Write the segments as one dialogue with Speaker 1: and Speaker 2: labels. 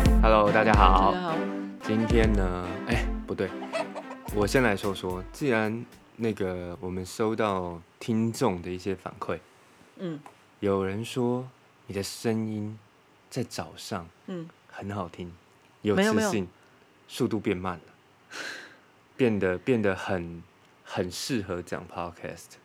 Speaker 1: 家好
Speaker 2: 大家，好，
Speaker 1: 今天呢，哎，不对，我先来说说，既然那个我们收到听众的一些反馈，
Speaker 2: 嗯
Speaker 1: 有人说你的声音在早上
Speaker 2: 嗯，
Speaker 1: 很好听，有
Speaker 2: 没有
Speaker 1: 磁
Speaker 2: 没有
Speaker 1: 性，速度变慢了， 变得变得很很适合讲 podcast，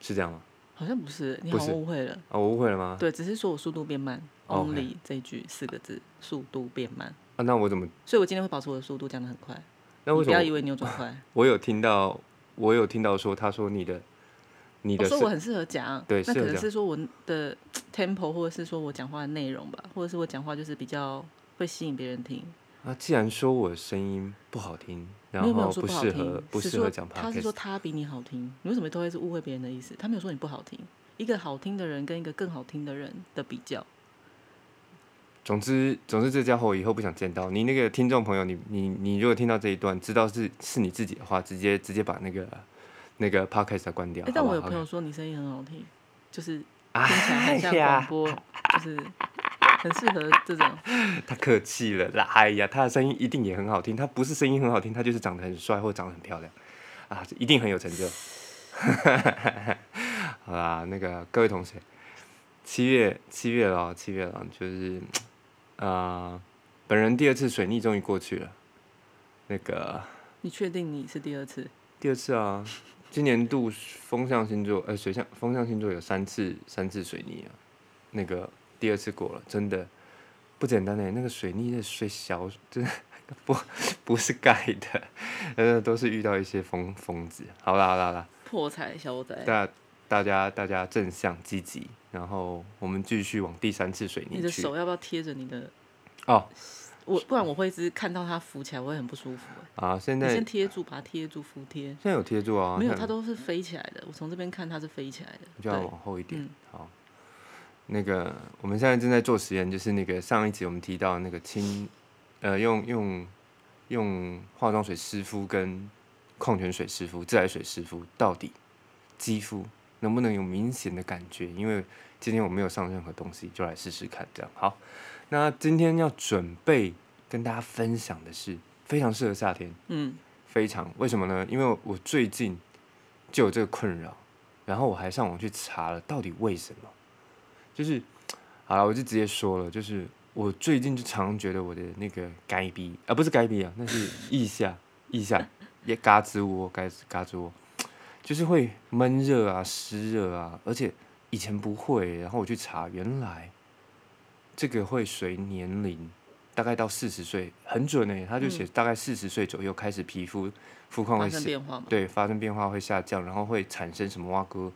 Speaker 1: 是这样吗？
Speaker 2: 好像不是，你
Speaker 1: 不
Speaker 2: 好
Speaker 1: 是
Speaker 2: 像误会了。
Speaker 1: 啊、我误会了吗？
Speaker 2: 对，只是说我速度变慢
Speaker 1: OK
Speaker 2: only 这一句四个字，速度变慢。
Speaker 1: 啊，那我怎么？
Speaker 2: 所以我今天会保持我的速度讲的很快，
Speaker 1: 那为
Speaker 2: 你
Speaker 1: 什
Speaker 2: 不
Speaker 1: 么
Speaker 2: 要以为你有转 快。哦
Speaker 1: 我有听到，我有听到说，他说你的，你
Speaker 2: 我
Speaker 1: 的
Speaker 2: 说
Speaker 1: 声
Speaker 2: 我很适合讲，
Speaker 1: 对
Speaker 2: 那
Speaker 1: 适
Speaker 2: 可
Speaker 1: 合
Speaker 2: 能
Speaker 1: 讲
Speaker 2: 是说我的 tempo，或者是说我讲话的内容吧，或者是我讲话就是比较会吸引别人听。
Speaker 1: 啊，既然说我声音不好听，然
Speaker 2: 没有没
Speaker 1: 后
Speaker 2: 有说好
Speaker 1: 适合
Speaker 2: 听，
Speaker 1: 不
Speaker 2: 是
Speaker 1: 适
Speaker 2: 说
Speaker 1: 合讲
Speaker 2: 他是说
Speaker 1: podcast，
Speaker 2: 他比你好听，你为什么都会是误会别人的意思？他没有说你不好听，一个好听的人跟一个更好听的人的比较，
Speaker 1: 总之总之这家伙我以后不想见到你那个听众朋友，你你你如果听到这一段，知道是是你自己的话，直接直接把那个那个 podcast 关掉。
Speaker 2: 哎、但
Speaker 1: 好吧
Speaker 2: 我有朋友
Speaker 1: OK
Speaker 2: 说你声音很好听，就是听
Speaker 1: 哎
Speaker 2: 起来很像
Speaker 1: 呀
Speaker 2: 广播，就是很适合这种。
Speaker 1: 他客气了啦，哎呀，他的声音一定也很好听，他不是声音很好听，他就是长得很帅或长得很漂亮啊，一定很有成就。 好啦，那个各位同学，七月七月了哦，七月了，就是呃，本人第二次水逆终于过去了，那个
Speaker 2: 你确定你是第二次？
Speaker 1: 第二次啊，今年度风象星座呃水象风象星座有三次三次水逆啊，那个第二次过了，真的不简单哎、那个水逆的水小，真的不不是盖的，呃都是遇到一些疯疯子。好啦好啦好啦，
Speaker 2: 破财消灾，
Speaker 1: 大大家大家正向积极，然后我们继续往第三次水
Speaker 2: 你
Speaker 1: 逆
Speaker 2: 的
Speaker 1: 去
Speaker 2: 手要不要贴着你的？
Speaker 1: 哦
Speaker 2: 我不然我会一直看到它浮起来，我会很不舒服欸、
Speaker 1: 啊！现
Speaker 2: 你
Speaker 1: 在
Speaker 2: 先
Speaker 1: 现
Speaker 2: 贴住，把它贴住，服贴。
Speaker 1: 在有贴住啊，
Speaker 2: 没有，
Speaker 1: 现在
Speaker 2: 它都是飞起来的。我从这边看它是飞起来的。
Speaker 1: 就要
Speaker 2: 对，
Speaker 1: 往后一点。
Speaker 2: 嗯
Speaker 1: 好，那个我们现在正在做实验，就是那个上一集我们提到那个清，呃，用用用化妆水湿敷跟矿泉水湿敷、自来水湿敷，到底肌肤能不能有明显的感觉？因为今天我没有上任何东西，就来试试看。这样好，那今天要准备跟大家分享的是非常适合夏天。
Speaker 2: 嗯，
Speaker 1: 非常，为什么呢？因为我最近就有这个困扰，然后我还上网去查了，到底为什么？就是，好了，我就直接说了，就是我最近就常觉得我的那个该逼啊，不是该逼啊，那是腋下，腋下也嘎吱窝，嘎吱嘎吱窝，就是会闷热啊、湿热啊，而且以前不会，然后我去查，原来这个会随年龄。大概到四十岁，很准诶、他就写大概四十岁左右开始皮肤肤况
Speaker 2: 嗯发
Speaker 1: 会
Speaker 2: 生
Speaker 1: 下
Speaker 2: 变化嘛？
Speaker 1: 对，发生变化会下降，然后会产生什么蛙哥，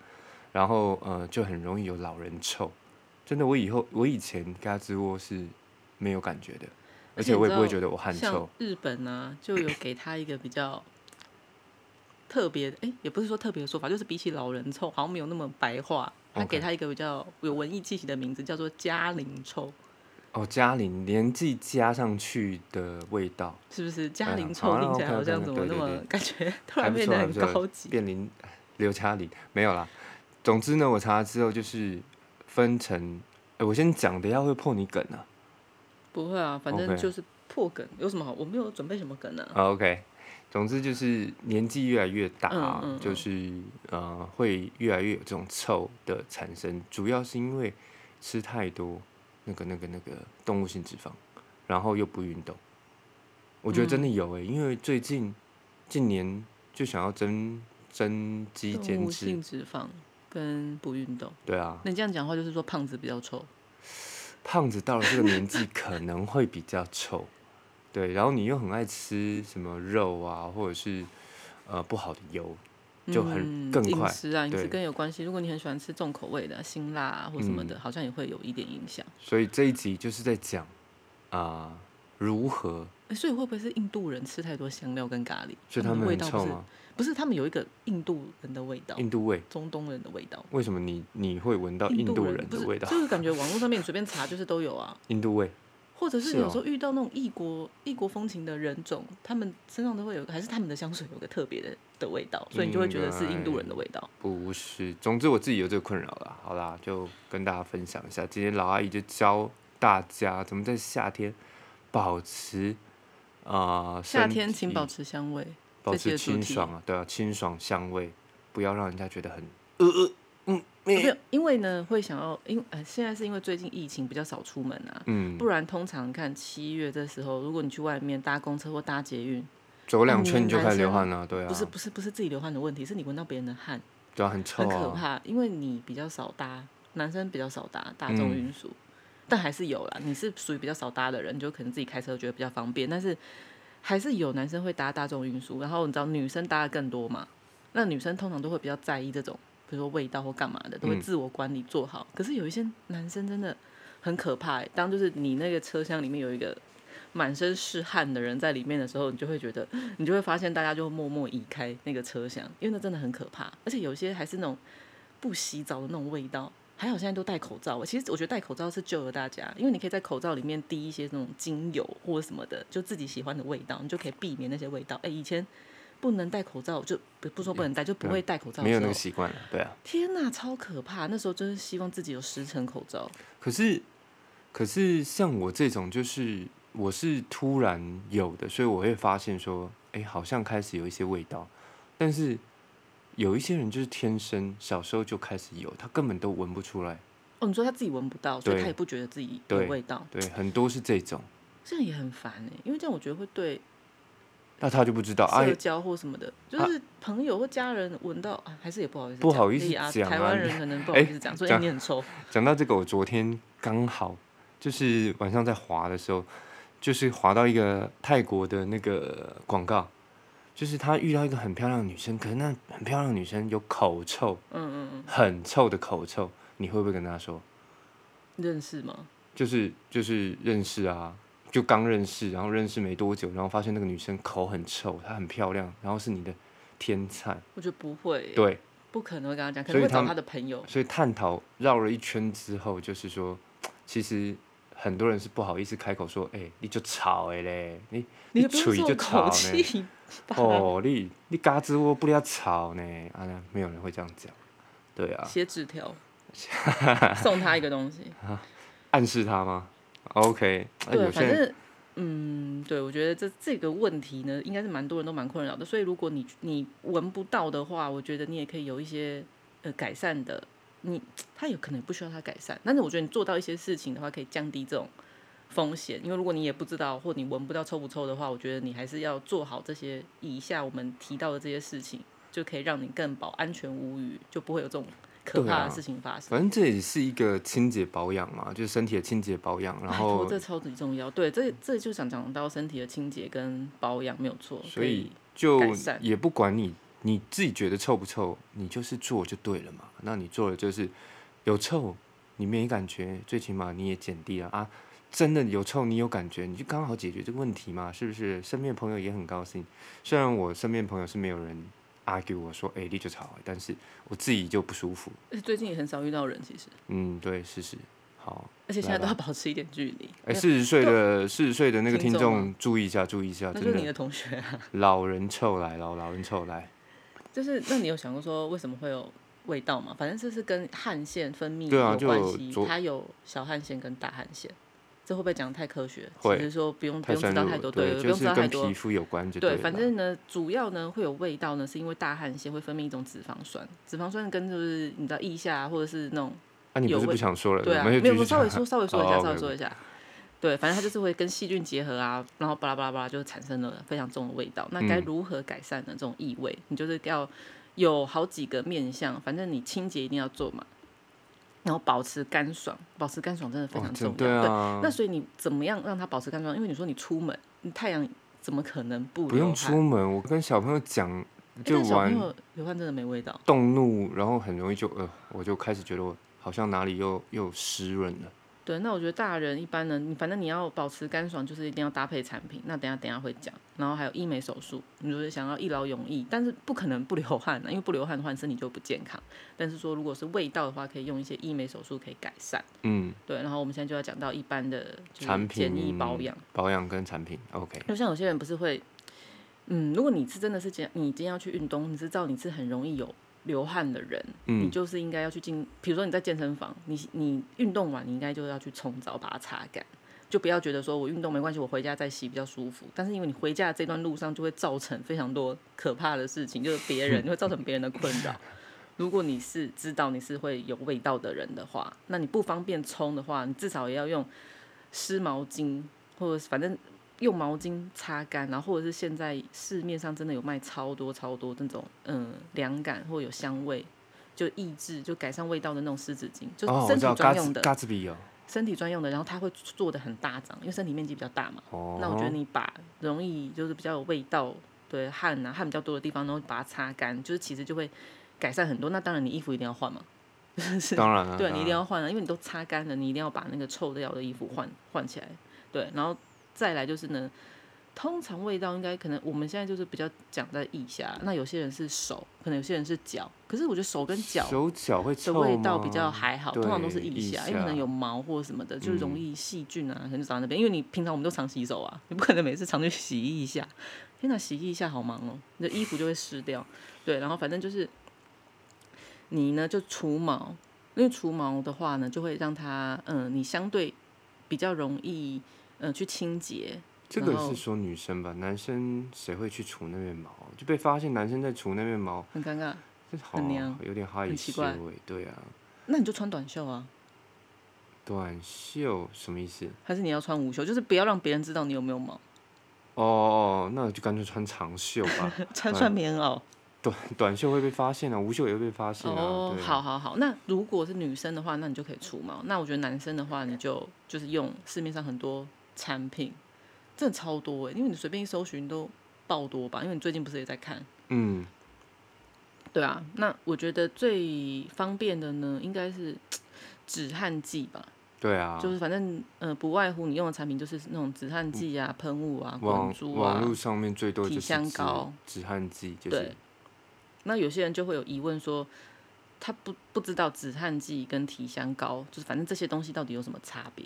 Speaker 1: 然后呃就很容易有老人臭。真的，我以后我以前嘎吱窝是没有感觉的，而
Speaker 2: 而
Speaker 1: 且
Speaker 2: 且你
Speaker 1: 我也
Speaker 2: 知
Speaker 1: 不会
Speaker 2: 道
Speaker 1: 觉得我汗
Speaker 2: 像
Speaker 1: 臭。
Speaker 2: 日本呢、就有给他一个比较特别的，哎、也不是说特别的说法，就是比起老人臭，好像没有那么白话。他
Speaker 1: OK
Speaker 2: 给他一个比较有文艺气息的名字，叫做嘉陵臭，
Speaker 1: 哦，嘉玲年纪加上去的味道，
Speaker 2: 是不是？嘉
Speaker 1: 嗯
Speaker 2: 陵
Speaker 1: 好
Speaker 2: 臭
Speaker 1: 啊
Speaker 2: 听起来
Speaker 1: OK，OK，
Speaker 2: 好像怎么
Speaker 1: 对
Speaker 2: 那
Speaker 1: 对
Speaker 2: 么
Speaker 1: 对
Speaker 2: 感觉突
Speaker 1: 还
Speaker 2: 然
Speaker 1: 不
Speaker 2: 变
Speaker 1: 错，
Speaker 2: 得
Speaker 1: 还
Speaker 2: 很
Speaker 1: 不错啊
Speaker 2: 高级？
Speaker 1: 变林刘嘉玲没有啦。总之呢，我查了之后就是分成，哎、我先讲，等一下会破你梗啊。
Speaker 2: 不会啊，反正
Speaker 1: OK
Speaker 2: 就是破梗，有什么好？我没有准备什么梗呢、啊。
Speaker 1: 啊 OK，总之就是年纪越来越大啊，
Speaker 2: 嗯嗯嗯
Speaker 1: 就是呃，会越来越有这种臭的产生，主要是因为吃太多那个那个那个动物性脂肪，然后又不运动。我觉得
Speaker 2: 嗯
Speaker 1: 真的有诶、因为最近近年就想要增增肌
Speaker 2: 动
Speaker 1: 减
Speaker 2: 物
Speaker 1: 脂
Speaker 2: 性，脂肪跟不运动，
Speaker 1: 对啊，
Speaker 2: 那你这样讲话就是说胖子比较臭。
Speaker 1: 胖子到了这个年纪可能会比较臭，对，然后你又很爱吃什么肉啊，或者是呃不好的油，就很
Speaker 2: 嗯
Speaker 1: 更
Speaker 2: 饮
Speaker 1: 快
Speaker 2: 食啊，饮食
Speaker 1: 对
Speaker 2: 跟有关系。如果你很喜欢吃重口味的、辛辣啊或什么
Speaker 1: 嗯
Speaker 2: 的，好像也会有一点影响。
Speaker 1: 所以这一集就是在讲啊、如何，
Speaker 2: 诶所以会不会是印度人吃太多香料跟咖喱，
Speaker 1: 所以
Speaker 2: 他
Speaker 1: 们
Speaker 2: 的味
Speaker 1: 很
Speaker 2: 道
Speaker 1: 臭
Speaker 2: 不是
Speaker 1: 吗？
Speaker 2: 不是，他们有一个印度人的味道，
Speaker 1: 印度味，
Speaker 2: 中东人的味道，
Speaker 1: 为什么你你会闻到印度人
Speaker 2: 不
Speaker 1: 的
Speaker 2: 是
Speaker 1: 味道？
Speaker 2: 就是感觉网络上面你随便查就是都有啊。
Speaker 1: 印度味，
Speaker 2: 或者是
Speaker 1: 是
Speaker 2: 有
Speaker 1: 哦
Speaker 2: 时候遇到那种异国异国风情的人种，他们身上都会有，还是他们的香水有个特别的的味道，所以你就会觉得是印度人的
Speaker 1: 嗯
Speaker 2: 味道。
Speaker 1: 不是，总之我自己有这个困扰啦。好啦，就跟大家分享一下，今天老阿姨就教大家怎么在夏天保持啊、呃
Speaker 2: 夏
Speaker 1: 身
Speaker 2: 天请
Speaker 1: 体
Speaker 2: 保持香味，
Speaker 1: 保
Speaker 2: 这
Speaker 1: 持
Speaker 2: 些主
Speaker 1: 清
Speaker 2: 题
Speaker 1: 爽啊，对啊，清爽香味，不要让人家觉得很呃嗯
Speaker 2: 没有，因为呢会想要，因为呃现在是因为最近疫情比较少出门啊，
Speaker 1: 嗯
Speaker 2: 不然通常你看七月这时候，如果你去外面搭公车或搭捷运，
Speaker 1: 走两
Speaker 2: 嗯
Speaker 1: 圈你就
Speaker 2: 男
Speaker 1: 开始流
Speaker 2: 生
Speaker 1: 汗了，对啊，
Speaker 2: 不是不是不是自己流汗的问题，是你闻到别人的汗，
Speaker 1: 对啊，很臭
Speaker 2: 很可
Speaker 1: 啊，
Speaker 2: 怕，因为你比较少搭，男生比较少搭大众
Speaker 1: 嗯
Speaker 2: 运输，但还是有啦。你是属于比较少搭的人，你就可能自己开车觉得比较方便，但是还是有男生会搭大众运输。然后你知道女生搭的更多嘛？那女生通常都会比较在意这种，比如说味道或干嘛的，都会
Speaker 1: 嗯
Speaker 2: 自我管理做好。可是有一些男生真的很可怕、欸，当就是你那个车厢里面有一个。满身是汗的人在里面的时候，你就会觉得，你就会发现大家就默默移开那个车厢，因为那真的很可怕。而且有些还是那种不洗澡的那种味道。还好现在都戴口罩，其实我觉得戴口罩是救了大家，因为你可以在口罩里面滴一些那种精油或者什么的，就自己喜欢的味道，你就可以避免那些味道。哎、以前不能戴口罩，就不不说不能戴，就不会戴口罩的
Speaker 1: 嗯没有
Speaker 2: 时
Speaker 1: 那
Speaker 2: 候
Speaker 1: 个。习惯了，对啊。
Speaker 2: 天哪、超可怕！那时候真是希望自己有十层口罩。
Speaker 1: 可是，可是像我这种，就是我是突然有的，所以我会发现说，哎、好像开始有一些味道。但是有一些人就是天生小时候就开始有，他根本都闻不出来。
Speaker 2: 哦，你说他自己闻不到，所以
Speaker 1: 对
Speaker 2: 他也不觉得自己有
Speaker 1: 对
Speaker 2: 味道，
Speaker 1: 对，很多是这种，
Speaker 2: 这样也很烦哎、因为这样我觉得会对
Speaker 1: 那他就不知道。哎、
Speaker 2: 社交或什么的，就是朋友或家人闻到、啊，还是也不好意
Speaker 1: 啊
Speaker 2: 思讲，
Speaker 1: 不好意思
Speaker 2: 所以啊
Speaker 1: 讲啊
Speaker 2: 台湾人可能不好意思讲，所以
Speaker 1: 讲
Speaker 2: 你很臭。
Speaker 1: 讲到这个，我昨天刚好就是晚上在滑的时候，就是滑到一个泰国的那个广告，就是他遇到一个很漂亮的女生，可是那很漂亮的女生有口臭，
Speaker 2: 嗯嗯嗯，
Speaker 1: 很臭的口臭，你会不会跟她说？
Speaker 2: 认识吗？
Speaker 1: 就是就是认识啊，就刚认识，然后认识没多久，然后发现那个女生口很臭，她很漂亮，然后是你的天菜，
Speaker 2: 我觉得不会，
Speaker 1: 对，
Speaker 2: 不可能会跟他讲，可
Speaker 1: 所
Speaker 2: 能
Speaker 1: 以
Speaker 2: 会找
Speaker 1: 他
Speaker 2: 他的朋友。
Speaker 1: 所以探讨绕了一圈之后，就是说，其实很多人是不好意思开口说，哎、你就吵哎嘞， 你
Speaker 2: 你也不用
Speaker 1: 嘴
Speaker 2: 这
Speaker 1: 就
Speaker 2: 种
Speaker 1: 吵
Speaker 2: 口
Speaker 1: 呢，
Speaker 2: 气吧？
Speaker 1: 哦，你你嘎吱窝不要吵呢，啊，没有人会这样讲，对啊，
Speaker 2: 写纸 条，送他一个东西。
Speaker 1: 暗示他吗？OK，那
Speaker 2: 对，
Speaker 1: 有些
Speaker 2: 反
Speaker 1: 人
Speaker 2: 正。嗯，对，我觉得这这个问题呢，应该是蛮多人都蛮困扰的。所以如果你你闻不到的话，我觉得你也可以有一些呃改善的。你他有可能不需要他改善，但是我觉得你做到一些事情的话，可以降低这种风险。因为如果你也不知道或你闻不到臭不臭的话，我觉得你还是要做好这些以下我们提到的这些事情，就可以让你更保安全无虞，就不会有这种可
Speaker 1: 对
Speaker 2: 怕
Speaker 1: 啊
Speaker 2: 的事情发生。
Speaker 1: 反正这也是一个清洁保养嘛，就是身体的清洁保养，然
Speaker 2: 拜
Speaker 1: 后
Speaker 2: 托这超级重要，对，这这就想讲到身体的清洁跟保养没有错，
Speaker 1: 所
Speaker 2: 可
Speaker 1: 以
Speaker 2: 以
Speaker 1: 就
Speaker 2: 改善
Speaker 1: 也不管你你自己觉得臭不臭，你就是做就对了嘛。那你做了就是有臭，你没感觉，最起码你也减低了啊。真的有臭，你有感觉，你就刚好解决这个问题嘛，是不是？身边朋友也很高兴，虽然我身边朋友是没有人 argue 我说，哎、你就吵，但是我自己就不舒服。
Speaker 2: 而且最近也很少遇到人，其实，
Speaker 1: 嗯，对，是是，好。
Speaker 2: 而且现
Speaker 1: 来
Speaker 2: 在
Speaker 1: 吧
Speaker 2: 都要保持一点距离。
Speaker 1: 哎，四十岁的四十岁的那个听
Speaker 2: 听众
Speaker 1: 众
Speaker 2: 吗，
Speaker 1: 注意一下，注意一下，
Speaker 2: 那
Speaker 1: 真
Speaker 2: 就是
Speaker 1: 的
Speaker 2: 你的同学啊，
Speaker 1: 老人臭来了，老人臭来。
Speaker 2: 就是那你有想过说为什么会有味道吗？反正这是跟汗腺分泌
Speaker 1: 对啊
Speaker 2: 有
Speaker 1: 就
Speaker 2: 关
Speaker 1: 有
Speaker 2: 系，
Speaker 1: 昨
Speaker 2: 它有小汗腺跟大汗腺，这会不会讲得太科学？
Speaker 1: 会
Speaker 2: 其实说不用不
Speaker 1: 太
Speaker 2: 用
Speaker 1: 深
Speaker 2: 知
Speaker 1: 入
Speaker 2: 道
Speaker 1: 了，
Speaker 2: 太多，
Speaker 1: 对，
Speaker 2: 不
Speaker 1: 就
Speaker 2: 用知
Speaker 1: 是
Speaker 2: 道太
Speaker 1: 跟
Speaker 2: 多
Speaker 1: 皮。肤有关就
Speaker 2: 对，
Speaker 1: 了
Speaker 2: 反
Speaker 1: 啦
Speaker 2: 正呢，主要呢会有味道呢，是因为大汗腺会分泌一种脂肪酸，脂肪酸跟就是你知道腋下啊或者是那种
Speaker 1: 啊，你不
Speaker 2: 有
Speaker 1: 是不
Speaker 2: 味
Speaker 1: 想说了，
Speaker 2: 对啊，
Speaker 1: 我们
Speaker 2: 没
Speaker 1: 就
Speaker 2: 有，
Speaker 1: 继
Speaker 2: 我
Speaker 1: 续
Speaker 2: 稍微
Speaker 1: 讲。
Speaker 2: 说稍微说一下，
Speaker 1: 哦
Speaker 2: 稍微
Speaker 1: OK，OK
Speaker 2: 说一下。对，反正它就是会跟细菌结合啊，然后巴拉巴拉巴拉，就产生了非常重的味道。那该
Speaker 1: 嗯
Speaker 2: 如何改善呢？这种异味，你就是要有好几个面向，反正你清洁一定要做嘛，然后保持干爽，保持干爽真的非
Speaker 1: 哦
Speaker 2: 常
Speaker 1: 真
Speaker 2: 重要。
Speaker 1: 对啊，
Speaker 2: 那所以你怎么样让它保持干爽？因为你说你出门，你太阳怎么可能不
Speaker 1: 不用
Speaker 2: 流汗
Speaker 1: 出门，我跟小朋友讲
Speaker 2: 哎
Speaker 1: 就
Speaker 2: 但小
Speaker 1: 玩
Speaker 2: 朋友流汗真的没味道。
Speaker 1: 动怒，然后很容易就呃，我就开始觉得我好像哪里又又湿润了。
Speaker 2: 对，那我觉得大人一般呢，你反正你要保持干爽，就是一定要搭配产品。那等一下等一下会讲，然后还有医美手术，你就是想要一劳永逸，但是不可能不流汗啊的、因为不流汗的话你身体就不健康。但是说如果是味道的话，可以用一些医美手术可以改善。
Speaker 1: 嗯，
Speaker 2: 对，然后我们现在就要讲到一般的就是
Speaker 1: 产品
Speaker 2: 简易保养。
Speaker 1: 保养跟产品，OK，
Speaker 2: 就像有些人不是会，嗯，如果你是真的是今你今天要去运动，你知道你是很容易有流汗的人，你
Speaker 1: 嗯，
Speaker 2: 就是应该要去进，比如说你在健身房，你你运动完，你应该就要去冲澡，把它擦干。就不要觉得说我运动没关系，我回家再洗比较舒服。但是因为你回家的这段路上就会造成非常多可怕的事情，就是 别人你会造成别人的困扰。如果你是知道你是会有味道的人的话，那你不方便冲的话，你至少也要用湿毛巾或者是反正用毛巾擦干，然后或者是现在市面上真的有卖超多超多那种嗯凉感或有香味，就抑制就改善味道的那种湿纸巾，就
Speaker 1: 哦，我
Speaker 2: 身
Speaker 1: 知
Speaker 2: 体
Speaker 1: 道，嘎
Speaker 2: 专用
Speaker 1: 吱
Speaker 2: 的，
Speaker 1: 嘎吱比哦，
Speaker 2: 身体专用的，然后它会做的很大张，因为身体面积比较大嘛。
Speaker 1: 哦，
Speaker 2: 那我觉得你把容易就是比较有味道对汗啊汗比较多的地方，然后把它擦干，就是其实就会改善很多。那当然你衣服一定要换嘛，
Speaker 1: 当然了，
Speaker 2: 对你一定
Speaker 1: 要
Speaker 2: 要换啊，因为你都擦干了，你一定要把那个臭掉的衣服换换起来。对，然后再来就是呢，通常味道应该可能我们现在就是比较讲在腋下，那有些人是手，可能有些人是脚，可是我觉得手跟脚
Speaker 1: 手脚会臭
Speaker 2: 的味道
Speaker 1: 吗
Speaker 2: 比较还好，通常都是
Speaker 1: 对
Speaker 2: 腋
Speaker 1: 腋
Speaker 2: 下，因为可能
Speaker 1: 下嗯
Speaker 2: 有毛或什么的，就是容易细菌啊，可能就长在那边。因为你平常我们都常洗手啊，你不可能每次常去洗腋下。天哪，洗腋下好忙哦，你的衣服就会湿掉。对，然后反正就是你呢就除毛，因为除毛的话呢，就会让它嗯、呃你相对比较容易嗯、呃去清洁。
Speaker 1: 这
Speaker 2: 然
Speaker 1: 个
Speaker 2: 后
Speaker 1: 是说女生吧，男生谁会去除那边毛？就被发现男生在除那边毛，
Speaker 2: 很尴尬，
Speaker 1: 这好
Speaker 2: 很娘
Speaker 1: 有点哈
Speaker 2: 很
Speaker 1: 以
Speaker 2: 奇
Speaker 1: 谢
Speaker 2: 怪
Speaker 1: 尾。对啊，
Speaker 2: 那你就穿短袖啊，
Speaker 1: 短袖什么意思？
Speaker 2: 还是你要穿无袖？就是不要让别人知道你有没有毛，
Speaker 1: 哦哦，那就干脆穿长袖吧。
Speaker 2: 穿穿棉袄。
Speaker 1: 短短袖会被发现啊，无袖也会被发现啊。
Speaker 2: 哦，
Speaker 1: 对啊
Speaker 2: 好好好，那如果是女生的话，那你就可以除毛。那我觉得男生的话，你就就是用市面上很多产品，真的超多哎、因为你随便一搜寻都爆多吧，因为你最近不是也在看。
Speaker 1: 嗯，
Speaker 2: 对啊，那我觉得最方便的呢，应该是止汗剂吧，
Speaker 1: 对啊，
Speaker 2: 就是反正呃不外乎你用的产品就是那种止汗剂
Speaker 1: 嗯
Speaker 2: 啊、喷雾啊、滚
Speaker 1: 网
Speaker 2: 珠啊
Speaker 1: 网、络上面最多
Speaker 2: 体
Speaker 1: 就是
Speaker 2: 香
Speaker 1: 止
Speaker 2: 膏
Speaker 1: 止汗剂，就
Speaker 2: 对
Speaker 1: 是
Speaker 2: 那有些人就会有疑问说，他不不知道止汗剂跟体香膏，就是反正这些东西到底有什么差别？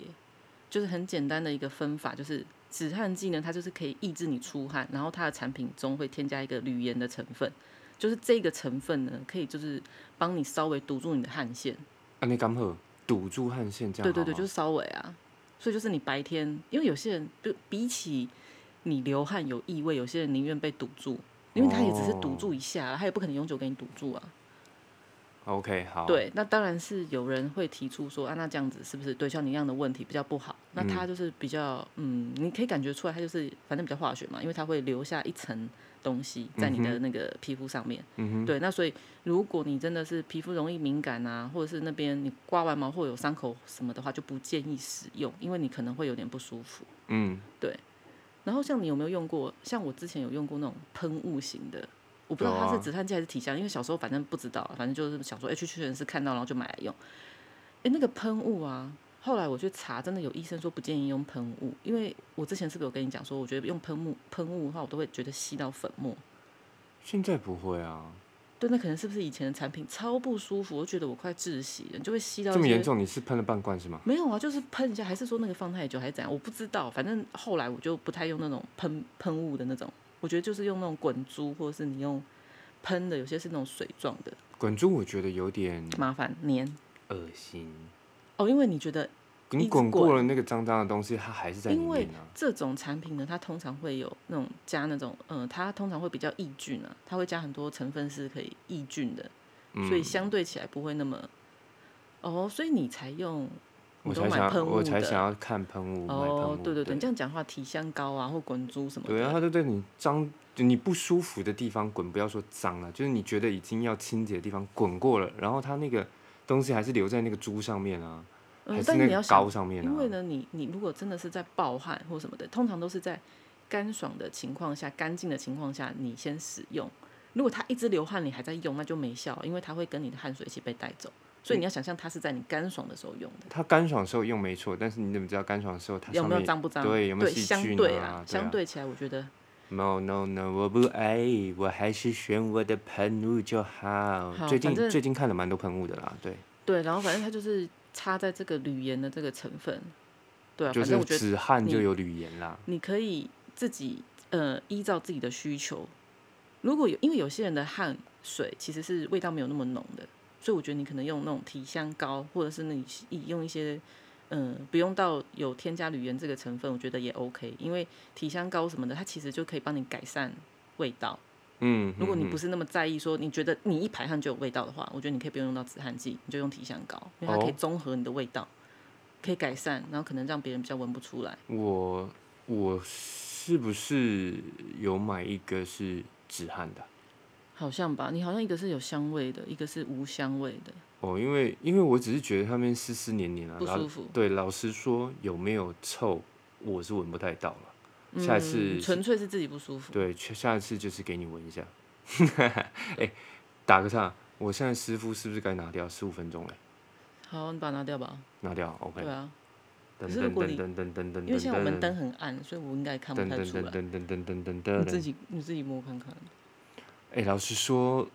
Speaker 2: 就是很简单的一个分法，就是止汗剂呢，它就是可以抑制你出汗，然后它的产品中会添加一个铝盐的成分，就是这个成分呢，可以就是帮你稍微堵住你的汗腺。
Speaker 1: 啊，那刚好堵住汗腺这样
Speaker 2: 对
Speaker 1: 好吗。
Speaker 2: 对对，就是稍微啊。所以就是你白天，因为有些人就比起你流汗有异味，有些人宁愿被堵住，因为他也只是堵住一下啊，他也不可能永久给你堵住啊。
Speaker 1: OK 好。
Speaker 2: 对，那当然是有人会提出说啊，那这样子是不是对像你一样的问题比较不好？那它就是比较嗯，你可以感觉出来，它就是反正比较化学嘛，因为它会留下一层东西在你的那个皮肤上面。嗯、对，那所以如果你真的是皮肤容易敏感啊，或者是那边你刮完毛或有伤口什么的话，就不建议使用，因为你可能会有点不舒服。
Speaker 1: 嗯，
Speaker 2: 然后像你有没有用过？像我之前有用过那种喷雾型的，我不知道
Speaker 1: 有啊
Speaker 2: 它是止汗剂还是体香，因为小时候反正不知道啊，反正就是小时候哎去屈臣氏看到，然后就买来用。哎，那个喷雾啊，后来我去查，真的有医生说不建议用喷雾，因为我之前是不是有跟你讲说，我觉得用喷雾喷雾的话，我都会觉得吸到粉末。
Speaker 1: 现在不会啊，
Speaker 2: 对，那可能是不是以前的产品超不舒服，我就觉得我快窒息了，你就会吸到
Speaker 1: 这
Speaker 2: 一
Speaker 1: 么
Speaker 2: 些
Speaker 1: 严重，你是喷了半罐是吗？
Speaker 2: 没有啊，就是喷一下，还是说那个放太久还是怎样，我不知道。反正后来我就不太用那种喷喷雾的那种，我觉得就是用那种滚珠，或者是你用喷的，有些是那种水状的，
Speaker 1: 滚珠我觉得有点
Speaker 2: 麻烦粘
Speaker 1: 恶心，
Speaker 2: 哦。因为你觉得，一
Speaker 1: 你
Speaker 2: 直
Speaker 1: 滚过
Speaker 2: 滚
Speaker 1: 了那个脏脏的东西，它还是在里
Speaker 2: 因为
Speaker 1: 面啊。
Speaker 2: 这种产品呢，它通常会有那种加那种，嗯、它通常会比较抑菌啊，它会加很多成分是可以抑菌的，
Speaker 1: 嗯
Speaker 2: 所以相对起来不会那么。哦，所以你才用，
Speaker 1: 我
Speaker 2: 你都
Speaker 1: 才
Speaker 2: 买喷
Speaker 1: 想，我
Speaker 2: 雾
Speaker 1: 才
Speaker 2: 的
Speaker 1: 想要看喷雾，买喷
Speaker 2: 哦
Speaker 1: 雾。，
Speaker 2: 对对对，
Speaker 1: 对
Speaker 2: 你这样讲话，体香膏啊或滚珠什么的，
Speaker 1: 对啊，它就对你脏，就你不舒服的地方滚，不要说脏了，就是你觉得已经要清洁的地方滚过了，然后它那个东西还是留在那个珠上面啊，还
Speaker 2: 嗯，
Speaker 1: 是
Speaker 2: 但
Speaker 1: 那
Speaker 2: 你
Speaker 1: 个
Speaker 2: 要想
Speaker 1: 膏，上面啊。
Speaker 2: 因为呢，你你如果真的是在暴汗或什么的，通常都是在干爽的情况下、干净的情况下，你先使用。如果它一直流汗，你还在用，那就没效，因为它会跟你的汗水一起被带走。所以
Speaker 1: 嗯
Speaker 2: 你要想象它是在你干爽的时候用的，
Speaker 1: 它干爽的时候用没错，但是你怎么知道干爽的时候它
Speaker 2: 有
Speaker 1: 上
Speaker 2: 没有
Speaker 1: 面
Speaker 2: 脏不脏？
Speaker 1: 对有没有细
Speaker 2: 相
Speaker 1: 菌
Speaker 2: 对
Speaker 1: 啊对啊
Speaker 2: 相对起来，我觉得
Speaker 1: No no no，我不爱，我还是选我的喷雾就好。
Speaker 2: 好
Speaker 1: 最近
Speaker 2: 反正
Speaker 1: 最近看了蛮多喷雾的啦，对，
Speaker 2: 对。然后反正它就是插在这个铝盐的这个成分，对啊，
Speaker 1: 就
Speaker 2: 反正
Speaker 1: 是
Speaker 2: 我觉得
Speaker 1: 止汗就
Speaker 2: 你
Speaker 1: 有铝盐啦。
Speaker 2: 你可以自己呃依照自己的需求，如果有因为有些人的汗水其实是味道没有那么浓的，所以我觉得你可能用那种体香膏，或者是你你用一些嗯、不用到有添加铝盐这个成分，我觉得也 OK，因为体香膏什么的，它其实就可以帮你改善味道。
Speaker 1: 嗯，
Speaker 2: 如果你
Speaker 1: 嗯
Speaker 2: 不是那么在意说你觉得你一排汗就有味道的话，我觉得你可以不用用到止汗剂，你就用体香膏，因为它可以
Speaker 1: 哦
Speaker 2: 综合你的味道，可以改善，然后可能让别人比较闻不出来。
Speaker 1: 我我是不是有买一个是止汗的啊？
Speaker 2: 好像吧，你好像一个是有香味的，一个是无香味的，
Speaker 1: 哦，因为因为我只是觉得他们丝丝黏黏啊，
Speaker 2: 不
Speaker 1: 然后
Speaker 2: 舒服
Speaker 1: 对，老实说有没有臭，我是闻不太到了。下一次
Speaker 2: 嗯纯粹是自己不舒服。
Speaker 1: 对，去下一次就是给你闻一下。 哎、打个岔，我现在湿敷是不是该拿掉？十五分钟嘞，
Speaker 2: 好，你把它拿掉吧。
Speaker 1: 拿掉，OK
Speaker 2: 对。啊，
Speaker 1: 噔
Speaker 2: 可是如
Speaker 1: 噔
Speaker 2: 果
Speaker 1: 噔
Speaker 2: 你
Speaker 1: 噔噔噔噔噔，
Speaker 2: 因为现在我们灯很暗，所以我应该看不
Speaker 1: 噔
Speaker 2: 太
Speaker 1: 噔
Speaker 2: 出
Speaker 1: 噔
Speaker 2: 来。
Speaker 1: 噔噔噔噔噔
Speaker 2: 你
Speaker 1: 噔
Speaker 2: 自己你自己摸看看。
Speaker 1: 哎、老实说，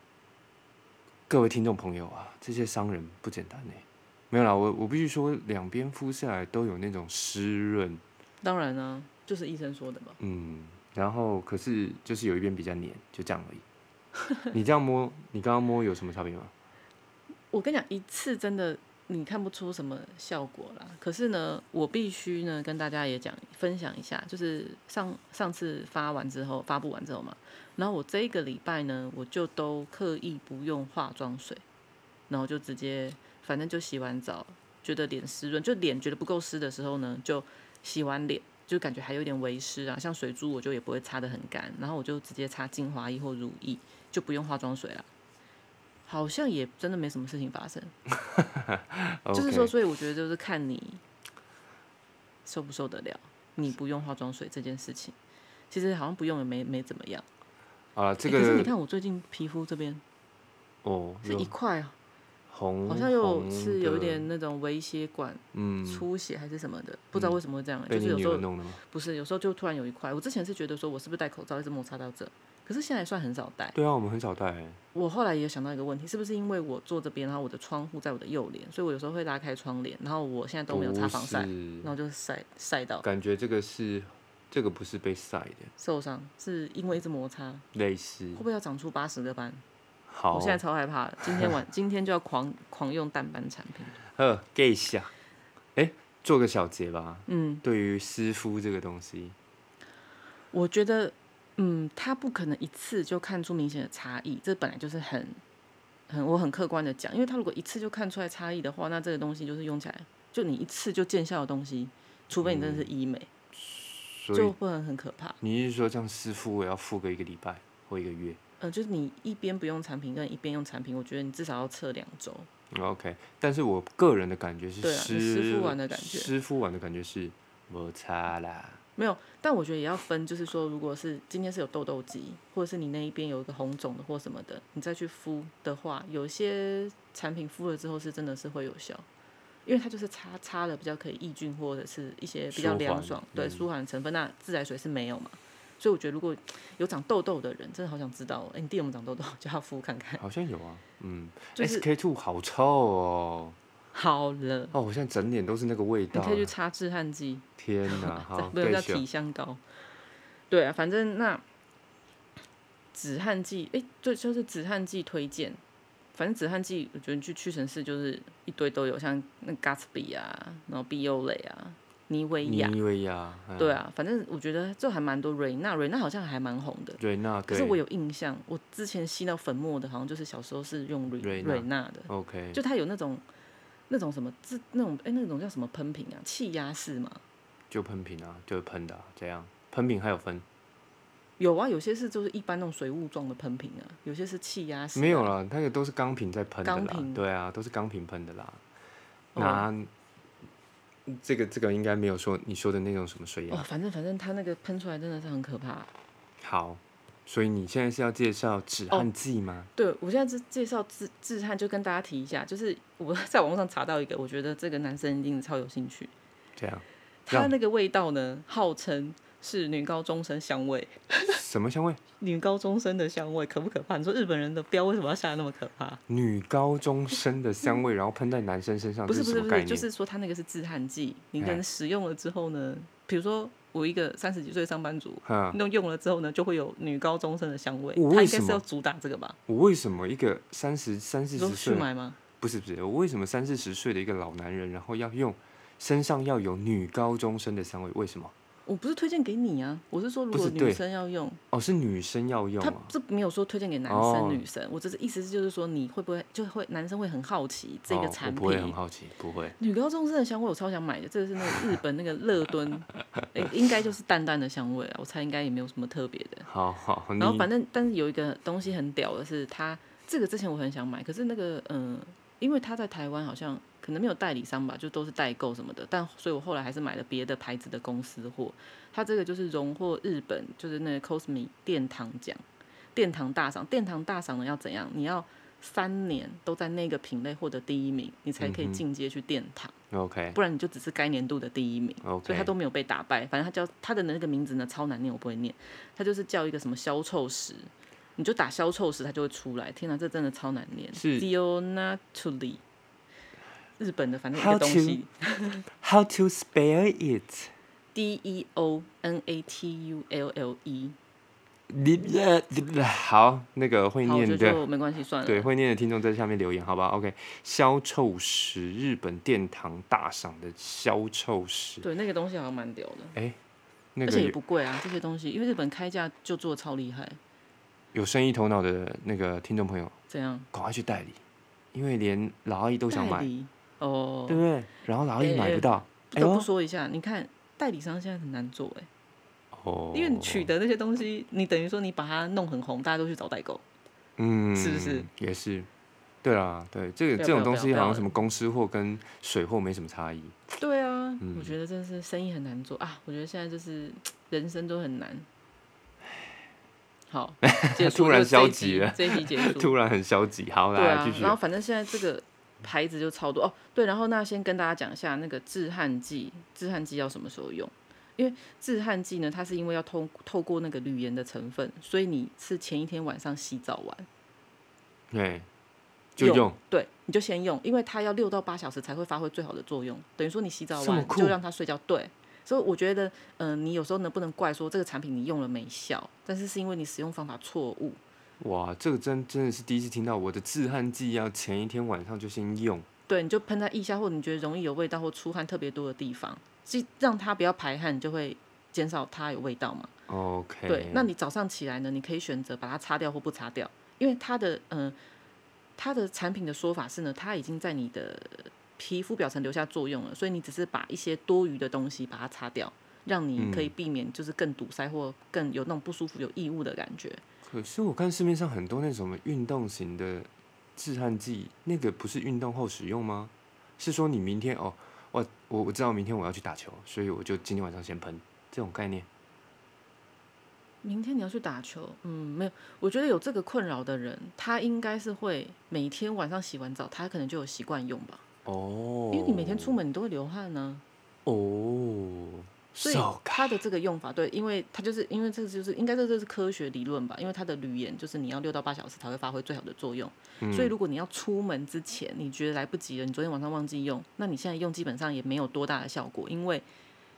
Speaker 1: 各位听众朋友啊，这些商人不简单呢、欸没有啦，我我必须说，两边敷下来都有那种湿润，
Speaker 2: 当然啊，就是医生说的吧。
Speaker 1: 嗯，然后可是就是有一边比较黏，就这样而已。你这样摸，你刚刚摸有什么差别吗？
Speaker 2: 我跟你讲，一次真的你看不出什么效果啦。可是呢，我必须呢跟大家也讲分享一下，就是上上次发完之后，发布完之后嘛，然后我这一个礼拜呢，我就都刻意不用化妆水，然后就直接反正就洗完澡，觉得脸湿润，就脸觉得不够湿的时候呢，就洗完脸。就感觉还有点微湿啊，像水珠我就也不会擦得很干，然后我就直接擦精华液或乳液，就不用化妆水了。好像也真的没什么事情发生。就是说，
Speaker 1: OK，
Speaker 2: 所以我觉得就是看你受不受得了，你不用化妆水这件事情，其实好像不用也没没怎么样。
Speaker 1: 好了，啊这
Speaker 2: 欸可是你
Speaker 1: 个
Speaker 2: 看我最近皮肤这边
Speaker 1: 哦，
Speaker 2: 是
Speaker 1: 有
Speaker 2: 一块啊，
Speaker 1: 红，
Speaker 2: 好像有
Speaker 1: 红
Speaker 2: 是有
Speaker 1: 的，
Speaker 2: 点那种微血管
Speaker 1: 嗯，
Speaker 2: 出血还是什么的，不知道为什么会这样、欸，
Speaker 1: 被
Speaker 2: 就
Speaker 1: 你
Speaker 2: 是有
Speaker 1: 女
Speaker 2: 时
Speaker 1: 儿
Speaker 2: 候
Speaker 1: 弄的吗？
Speaker 2: 不是，有时候就突然有一块。我之前是觉得说我是不是戴口罩一直摩擦到这，可是现在算很少戴。
Speaker 1: 对啊，我们很少戴、欸，
Speaker 2: 我后来也想到一个问题，是不是因为我坐这边，然后我的窗户在我的右脸，所以我有时候会拉开窗帘，然后我现在都没有擦
Speaker 1: 不
Speaker 2: 防晒，
Speaker 1: 是
Speaker 2: 然后就晒晒到
Speaker 1: 感觉这个是这个不是被晒的，
Speaker 2: 受伤，是因为一直摩擦，
Speaker 1: 类似
Speaker 2: 会不会要长出八十个斑？
Speaker 1: 好哦
Speaker 2: 我现在超害怕的，今天 晚今天就要狂狂用淡斑产品。
Speaker 1: 呃，给一下，哎、做个小结吧。
Speaker 2: 嗯，
Speaker 1: 对于湿敷这个东西，
Speaker 2: 我觉得，嗯，它不可能一次就看出明显的差异，这本来就是很很我很客观的讲，因为它如果一次就看出来差异的话，那这个东西就是用起来就你一次就见效的东西，除非你真的是医美，
Speaker 1: 嗯所
Speaker 2: 就
Speaker 1: 以
Speaker 2: 会很很可怕。
Speaker 1: 你是说这样湿敷我要敷个一个礼拜或一个月
Speaker 2: 呃，就是你一边不用产品，跟一边用产品，我觉得你至少要测两周。
Speaker 1: 嗯？OK，但是我个人的感觉是
Speaker 2: 对啊
Speaker 1: 湿
Speaker 2: 你湿敷完的感觉
Speaker 1: 湿敷完的感觉是摩擦 啦。
Speaker 2: 没有，但我觉得也要分，就是说，如果是今天是有痘痘肌，或者是你那一边有一个红肿的或什么的，你再去敷的话，有些产品敷了之后是真的是会有效，因为它就是擦擦了比较可以抑菌或者是一些比较
Speaker 1: 舒
Speaker 2: 凉
Speaker 1: 缓
Speaker 2: 爽，对舒缓成分。那自来水是没有嘛，所以我觉得如果有长痘痘的人，真的好想知道哦，哎，你弟有没有长痘 痘，就要敷看看。
Speaker 1: 好像有啊，嗯、
Speaker 2: 就是
Speaker 1: s k two 好臭哦，
Speaker 2: 好了，
Speaker 1: 哦，我现在整脸都是那个味
Speaker 2: 你
Speaker 1: 道
Speaker 2: 可，以去擦止汗剂。
Speaker 1: 天 哪，好，
Speaker 2: 不能
Speaker 1: 对
Speaker 2: 叫
Speaker 1: 不起
Speaker 2: 体
Speaker 1: 哦，
Speaker 2: 香膏。对啊，反正那止汗剂，哎、对，就是止汗剂推荐。反正止汗剂，我觉得去屈臣氏就是一堆都有，像那 Gatsby 啊，然后碧欧蕾啊，妮维雅，
Speaker 1: 妮维雅，嗯
Speaker 2: 对啊，反正我觉得这还蛮多。瑞娜，瑞娜好像还蛮红的，
Speaker 1: 瑞娜，
Speaker 2: 可
Speaker 1: 啊对
Speaker 2: 是我有印象，我之前吸到粉末的，好像就是小时候是用瑞
Speaker 1: 瑞娜
Speaker 2: 瑞娜的，
Speaker 1: ，OK，
Speaker 2: 就它有那种那种什么自那种哎、诶那种叫什么喷瓶啊，气压式嘛，
Speaker 1: 就喷瓶啊，就喷的、啊，这样喷瓶还有分。
Speaker 2: 有啊，有些是就是一般那种水雾状的喷瓶啊，有些是气压式、啊
Speaker 1: 没有，啦，那个都是钢瓶在喷的
Speaker 2: 钢
Speaker 1: 啦
Speaker 2: 瓶，
Speaker 1: 对啊，都是钢瓶喷的啦。
Speaker 2: 哦
Speaker 1: 那、这个这个应该没有说你说的那种什么水
Speaker 2: 哦
Speaker 1: 压。，
Speaker 2: 反正反正它那个喷出来真的是很可怕。
Speaker 1: 好，所以你现在是要介绍止
Speaker 2: 哦
Speaker 1: 汗剂吗？
Speaker 2: 对我现在是介绍自自汗，就跟大家提一下，就是我 在网络上查到一个，我觉得这个男生一定超有兴趣。
Speaker 1: 这样
Speaker 2: 他
Speaker 1: 让
Speaker 2: 那个味道呢，号称是女高中生香味，
Speaker 1: 什么香味？
Speaker 2: 女高中生的香味可不可怕？你说日本人的标为什么要下得那么可怕？
Speaker 1: 女高中生的香味，然后喷在男生身上，
Speaker 2: 不是
Speaker 1: 这
Speaker 2: 不
Speaker 1: 是
Speaker 2: 是
Speaker 1: 什
Speaker 2: 不
Speaker 1: 么
Speaker 2: 是
Speaker 1: 概，念？
Speaker 2: 就是说它那个是止汗剂，你
Speaker 1: 哎
Speaker 2: 人使用了之后呢，比如说我一个三十几岁上班族，
Speaker 1: 哈，
Speaker 2: 那用了之后呢，就会有女高中生的香味。
Speaker 1: 啊我
Speaker 2: 它
Speaker 1: 为
Speaker 2: 应该
Speaker 1: 什
Speaker 2: 是要
Speaker 1: 么
Speaker 2: 主打这个吧？
Speaker 1: 我为什么一个三十三四
Speaker 2: 你说
Speaker 1: 十
Speaker 2: 去
Speaker 1: 岁？
Speaker 2: 买吗？
Speaker 1: 不是不是，我为什么三四十岁的一个老男人，然后要用身上要有女高中生的香味，为什么？
Speaker 2: 我不是推荐给你啊，我是说如
Speaker 1: 不
Speaker 2: 果
Speaker 1: 是
Speaker 2: 女
Speaker 1: 对
Speaker 2: 生要用，
Speaker 1: 哦，是女生要用
Speaker 2: 他
Speaker 1: 啊。
Speaker 2: 这没有说推荐给男
Speaker 1: 哦
Speaker 2: 生女生，我只是意思是就是说你会不会就会男生会很好奇这个
Speaker 1: 哦，我
Speaker 2: 产
Speaker 1: 不会很
Speaker 2: 品。
Speaker 1: 好奇，不会。
Speaker 2: 女高中生的香味我超想买的，这个是那个日本那个乐敦，诶应该就是淡淡的香味啊，我猜应该也没有什么特别的。
Speaker 1: 好好，你
Speaker 2: 然后反正，但是有一个东西很屌的是它，这个之前我很想买，可是那个嗯、呃因为它在台湾好像可能没有代理商吧，就都是代购什么的，但所以我后来还是买了别的牌子的公司货。它这个就是荣获日本就是那个 Cosme 殿堂奖，殿堂大赏，殿堂大赏呢要怎样？你要三年都在那个品类获得第一名，你才可以
Speaker 1: 嗯哼
Speaker 2: 进阶去殿堂，
Speaker 1: OK
Speaker 2: 不然你就只是该年度的第一名。所以
Speaker 1: OK，
Speaker 2: 他都没有被打败。反正他叫他的那个名字呢，超难念，我不会念。他就是叫一个什么消臭石，你就打消臭石，它就会出来。天哪，这真的超难念。
Speaker 1: 是
Speaker 2: Dionatuli，日本的，反正有一个
Speaker 1: How
Speaker 2: 东西
Speaker 1: How to spell it？
Speaker 2: ，D E O N A T U L L E。
Speaker 1: 你呃好，那个会
Speaker 2: 好，我就
Speaker 1: 念的，
Speaker 2: 说没关系，算了。
Speaker 1: 对，会念的听众在下面留言，好吧？OK，消臭石，日本殿堂大赏的消臭石，
Speaker 2: 对，那个东西好像蛮屌的，
Speaker 1: 那
Speaker 2: 而
Speaker 1: 个
Speaker 2: 且也
Speaker 1: 有
Speaker 2: 不贵啊。这些东西，因为日本开价就做的超厉害，
Speaker 1: 有生意头脑的那个听众朋友，
Speaker 2: 这样
Speaker 1: 赶快去代理，因为连老阿姨都想
Speaker 2: 代
Speaker 1: 买，
Speaker 2: 理哦
Speaker 1: 对。不对？然后老阿姨
Speaker 2: 哎
Speaker 1: 买
Speaker 2: 哎
Speaker 1: 不到，
Speaker 2: 不
Speaker 1: 哎
Speaker 2: 得
Speaker 1: 呦
Speaker 2: 不说一下，你看代理商现在很难做哎、
Speaker 1: 哦，
Speaker 2: 因为你取得那些东西，你等于说你把它弄很红，大家都去找代购。
Speaker 1: 嗯，
Speaker 2: 是不是？
Speaker 1: 也是。对啊，对这个
Speaker 2: 不要
Speaker 1: 这种
Speaker 2: 不要
Speaker 1: 东
Speaker 2: 不要
Speaker 1: 西
Speaker 2: 不
Speaker 1: 好
Speaker 2: 要
Speaker 1: 像什么公司货跟水货没什么差异。
Speaker 2: 对啊，
Speaker 1: 嗯
Speaker 2: 我觉得真的是生意很难做啊！我觉得现在就是人生都很难。 好，结束
Speaker 1: 突然
Speaker 2: 就这一
Speaker 1: 消极
Speaker 2: 集
Speaker 1: 了
Speaker 2: 这一集结束。
Speaker 1: 突然很消极，好，
Speaker 2: 嗯对
Speaker 1: 来
Speaker 2: 啊
Speaker 1: 继，续
Speaker 2: 然。后反正现在这个牌子就超多哦。对，然后那先跟大家讲一下那个止汗剂，止汗剂要什么时候用？因为止汗剂呢，它是因为要透透过那个铝盐的成分，所以你是前一天晚上洗澡完。
Speaker 1: 对，就用
Speaker 2: 对，你就先用，因为它要六到八小时才会发挥最好的作用。等于说你洗澡
Speaker 1: 这么
Speaker 2: 完
Speaker 1: 酷
Speaker 2: 就让它睡觉，对。所以我觉得，嗯、你有时候呢不能怪说这个产品你用了没效，但是是因为你使用方法错误。
Speaker 1: 哇，这个真真的是第一次听到，我的止汗剂要前一天晚上就先用。
Speaker 2: 对，你就喷在腋下或你觉得容易有味道或出汗特别多的地方，既让它不要排汗，你就会减少它有味道嘛。
Speaker 1: OK，
Speaker 2: 对，那你早上起来呢，你可以选择把它擦掉或不擦掉，因为它的嗯、呃，它的产品的说法是呢，它已经在你的皮肤表层留下作用了，所以你只是把一些多余的东西把它擦掉，让你可以避免就是更堵塞或更有那种不舒服、有异物的感觉。
Speaker 1: 可是我看市面上很多那什么运动型的止汗剂，那个不是运动后使用吗？是说你明天哦，我我我知道明天我要去打球，所以我就今天晚上先喷这种概念。
Speaker 2: 明天你要去打球，嗯，没有，我觉得有这个困扰的人，他应该是会每天晚上洗完澡，他可能就有习惯用吧，
Speaker 1: 哦，
Speaker 2: 因为你每天出门你都会流汗啊呢、
Speaker 1: 哦，
Speaker 2: 所以
Speaker 1: So-
Speaker 2: 它的这个用法，对，因为它就是因为这个就是应该这就是科学理论吧，因为它的铝盐就是你要六到八小时才会发挥最好的作用，
Speaker 1: 嗯
Speaker 2: 所以如果你要出门之前你觉得来不及了，你昨天晚上忘记用，那你现在用基本上也没有多大的效果，因为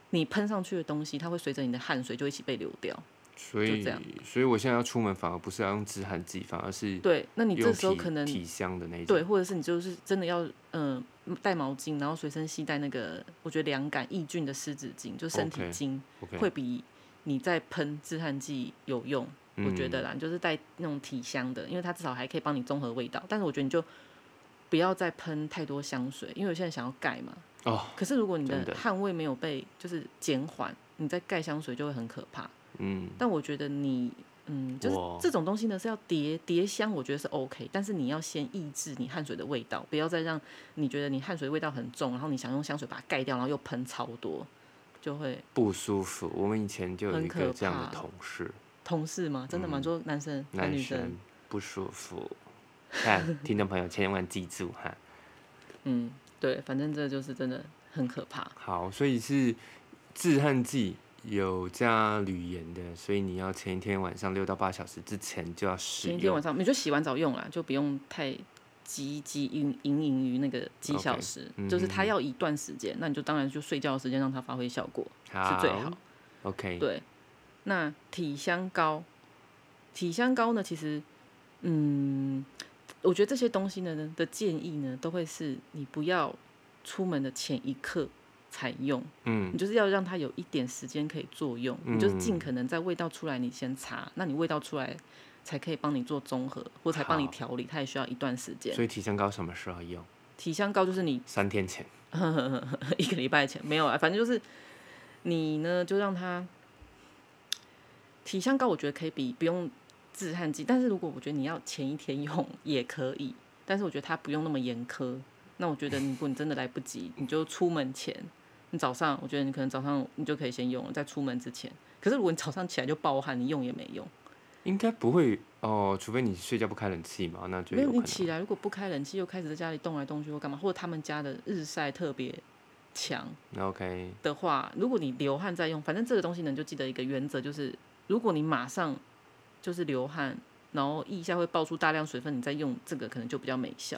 Speaker 2: 你喷上去的东西，它会随着你的汗水就一起被流掉。
Speaker 1: 所
Speaker 2: 就
Speaker 1: 以
Speaker 2: 这样
Speaker 1: 所以我现在要出门，反而不是要用止汗剂，反而是
Speaker 2: 对，那你这
Speaker 1: 用
Speaker 2: 时候
Speaker 1: 体
Speaker 2: 可能
Speaker 1: 体香的那种。
Speaker 2: 对，或者是你就是真的要嗯、呃带毛巾，然后随身携带那个我觉得凉感抑菌的湿纸巾，就身体
Speaker 1: OK
Speaker 2: 巾。
Speaker 1: ，OK，
Speaker 2: 会比你在喷止汗剂有用，我
Speaker 1: 嗯
Speaker 2: 觉得啦，你就是带那种体香的，因为它至少还可以帮你综合味道。但是我觉得你就不要再喷太多香水，因为有些人想要盖嘛。
Speaker 1: 哦。
Speaker 2: 可是如果你
Speaker 1: 真
Speaker 2: 的
Speaker 1: 的
Speaker 2: 汗味没有被就是减缓，你再盖香水就会很可怕。
Speaker 1: 嗯，
Speaker 2: 但我觉得你。嗯，就是
Speaker 1: 我
Speaker 2: 这种东西呢是要叠叠香，我觉得是 OK，但是你要先抑制你汗水的味道，不要再让你觉得你汗水味道很重，然后你想用香水把它盖掉，然后又喷超多，就会
Speaker 1: 不舒服。我们以前就有
Speaker 2: 很
Speaker 1: 一个
Speaker 2: 可
Speaker 1: 这样的
Speaker 2: 怕
Speaker 1: 同事，
Speaker 2: 同事吗？真的吗？
Speaker 1: 嗯
Speaker 2: 做男生还是
Speaker 1: 男
Speaker 2: 女
Speaker 1: 生
Speaker 2: 生？
Speaker 1: 不舒服。看， 听众朋友千万记住哈。
Speaker 2: 嗯，对，反正这就是真的很可怕。
Speaker 1: 好，所以是止汗剂有加铝盐的，所以你要前一天晚上六到八小时之前就要使
Speaker 2: 前一天
Speaker 1: 用
Speaker 2: 晚。上你就洗完澡用啦，就不用太积极营营营于那个几
Speaker 1: OK，
Speaker 2: 小时
Speaker 1: 嗯
Speaker 2: 就是
Speaker 1: 哼
Speaker 2: 它要一段时间，那你就当然就睡觉的时间让它发挥效果是最好。
Speaker 1: OK，
Speaker 2: 对，那体香膏，体香膏呢，其实，嗯，我觉得这些东西呢的建议呢，都会是你不要出门的前一刻采用，
Speaker 1: 嗯
Speaker 2: 你就是要让它有一点时间可以作用，
Speaker 1: 嗯
Speaker 2: 你就是尽可能在味道出来你先擦，那你味道出来才可以帮你做综合，或才帮你
Speaker 1: 好
Speaker 2: 调理，它也需要一段时间。
Speaker 1: 所以体香膏什么时候用？
Speaker 2: 体香膏就是你
Speaker 1: 三天前。
Speaker 2: 一个礼拜前没有啊，反正就是你呢，就让它体香膏，我觉得可以比不用止汗剂，但是如果我觉得你要前一天用也可以，但是我觉得它不用那么严苛。那我觉得如果你真的来不及，你就出门前，你早上，我觉得你可能早上你就可以先用了，在出门之前。可是如果你早上起来就暴汗，你用也没用。
Speaker 1: 应该不会哦，除非你睡觉不开冷气嘛，那就
Speaker 2: 没
Speaker 1: 有
Speaker 2: 有，
Speaker 1: 可
Speaker 2: 你
Speaker 1: 能。
Speaker 2: 起来如果不开冷气，又开始在家里动来动去或干嘛，或者他们家的日晒特别强，
Speaker 1: 那 OK，
Speaker 2: 的话，如果你流汗再用，反正这个东西呢，你就记得一个原则，就是如果你马上就是流汗，然后腋下会爆出大量水分，你再用这个可能就比较没效。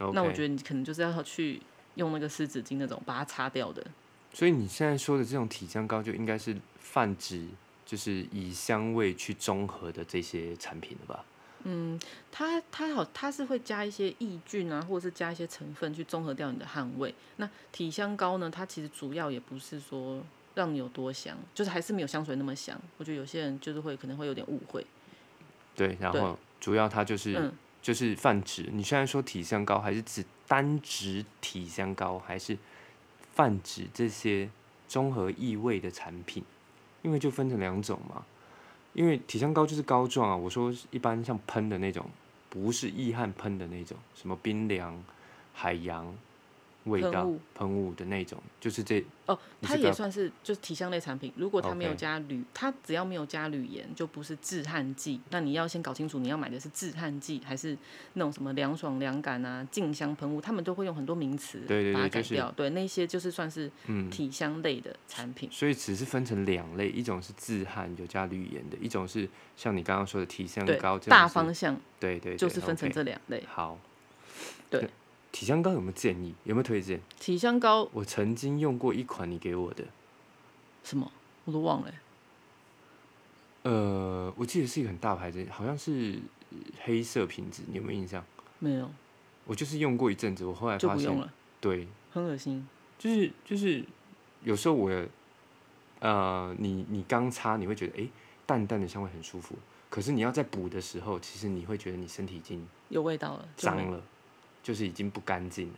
Speaker 1: o k
Speaker 2: 那我觉得你可能就是要去用那个湿纸巾那种把它擦掉的。
Speaker 1: 所以你现在说的这种体香膏，就应该是泛指就是以香味去中和的这些产品了吧？
Speaker 2: 它它好，它是会加一些抑菌啊，或者是加一些成分去综合掉你的汗味。那体香膏呢，它其实主要也不是说让你有多香，就是还是没有香水那么香。我觉得有些人就是会可能会有点误会。
Speaker 1: 对，然
Speaker 2: 对
Speaker 1: 后主要它就是、
Speaker 2: 嗯
Speaker 1: 就是泛指。你现在说体香膏，还是指单指体香膏，还是泛指这些综合异味的产品？因为就分成两种嘛。因为体香膏就是膏状啊，我说一般像喷的那种，不是易汗喷的那种，什么冰凉、海洋味
Speaker 2: 喷
Speaker 1: 道
Speaker 2: 雾
Speaker 1: 喷雾的那种，就是这
Speaker 2: 哦，
Speaker 1: 你
Speaker 2: 它
Speaker 1: 是不
Speaker 2: 也
Speaker 1: 要
Speaker 2: 算是就是体香类产品。如果它没有
Speaker 1: OK
Speaker 2: 加铝，它只要没有加铝盐，就不是止汗剂。那你要先搞清楚你要买的是止汗剂还是那种什么凉爽凉感啊、静香喷雾，他们都会用很多名词
Speaker 1: 对对
Speaker 2: 把它
Speaker 1: 对
Speaker 2: 改
Speaker 1: 就是
Speaker 2: 掉。对，那些就是算是
Speaker 1: 嗯，
Speaker 2: 体香类的产品。
Speaker 1: 所以只是分成两类，一种是自汗有加铝盐的，一种是像你刚刚说的嗯体香
Speaker 2: 对
Speaker 1: 膏这样
Speaker 2: 大
Speaker 1: 子
Speaker 2: 方向
Speaker 1: 对对，
Speaker 2: 就
Speaker 1: 对
Speaker 2: 是分成
Speaker 1: OK
Speaker 2: 这两类。
Speaker 1: 好，
Speaker 2: 对
Speaker 1: 那，体香膏有没有建议？有没有推荐？
Speaker 2: 体香膏
Speaker 1: 我曾经用过一款你给我的，
Speaker 2: 什么我都忘了欸、
Speaker 1: 呃，我记得是一个很大牌子，好像是呃黑色瓶子，你有没有印象？
Speaker 2: 没有
Speaker 1: 我就是用过一阵子，我后来
Speaker 2: 就
Speaker 1: 发
Speaker 2: 不用
Speaker 1: 现，
Speaker 2: 了，
Speaker 1: 对，
Speaker 2: 很恶心。
Speaker 1: 就是就是有时候我也，呃，你你刚擦你会觉得诶，淡淡的香味很舒服，可是你要在补的时候，其实你会觉得你身体已经
Speaker 2: 有味道了，就
Speaker 1: 脏
Speaker 2: 没
Speaker 1: 了，就是已经不干净了，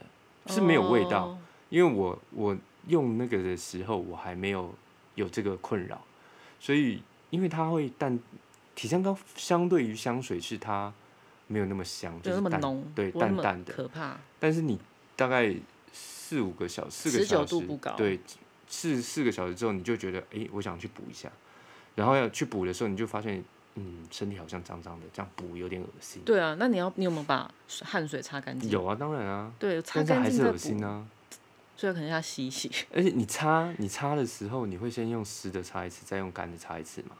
Speaker 1: 是没有味道。
Speaker 2: 哦
Speaker 1: 因为我我用那个的时候，我还没有有这个困扰，所以因为它会淡，体香膏相对于香水是它没有那么香，就
Speaker 2: 没
Speaker 1: 是
Speaker 2: 有那么
Speaker 1: 淡
Speaker 2: 浓，
Speaker 1: 对
Speaker 2: 不会那
Speaker 1: 淡
Speaker 2: 么
Speaker 1: 淡的，
Speaker 2: 可怕。
Speaker 1: 但是你大概四五个小四个
Speaker 2: 持久
Speaker 1: 小时，
Speaker 2: 度不高
Speaker 1: 对，四四个小时之后，你就觉得诶，我想去补一下，然后要去补的时候，你就发现嗯，身体好像脏脏的，这样补有点恶心。
Speaker 2: 对啊，那你要你有没有把水汗水擦干净？，
Speaker 1: 有啊，当然啊，
Speaker 2: 对，擦
Speaker 1: 但是
Speaker 2: 干
Speaker 1: 还
Speaker 2: 净
Speaker 1: 是
Speaker 2: 再
Speaker 1: 恶
Speaker 2: 补。
Speaker 1: 心啊。
Speaker 2: 所以可能要洗一洗。
Speaker 1: 而且你擦你擦的时候，你会先用湿的擦一次，再用干的擦一次嘛？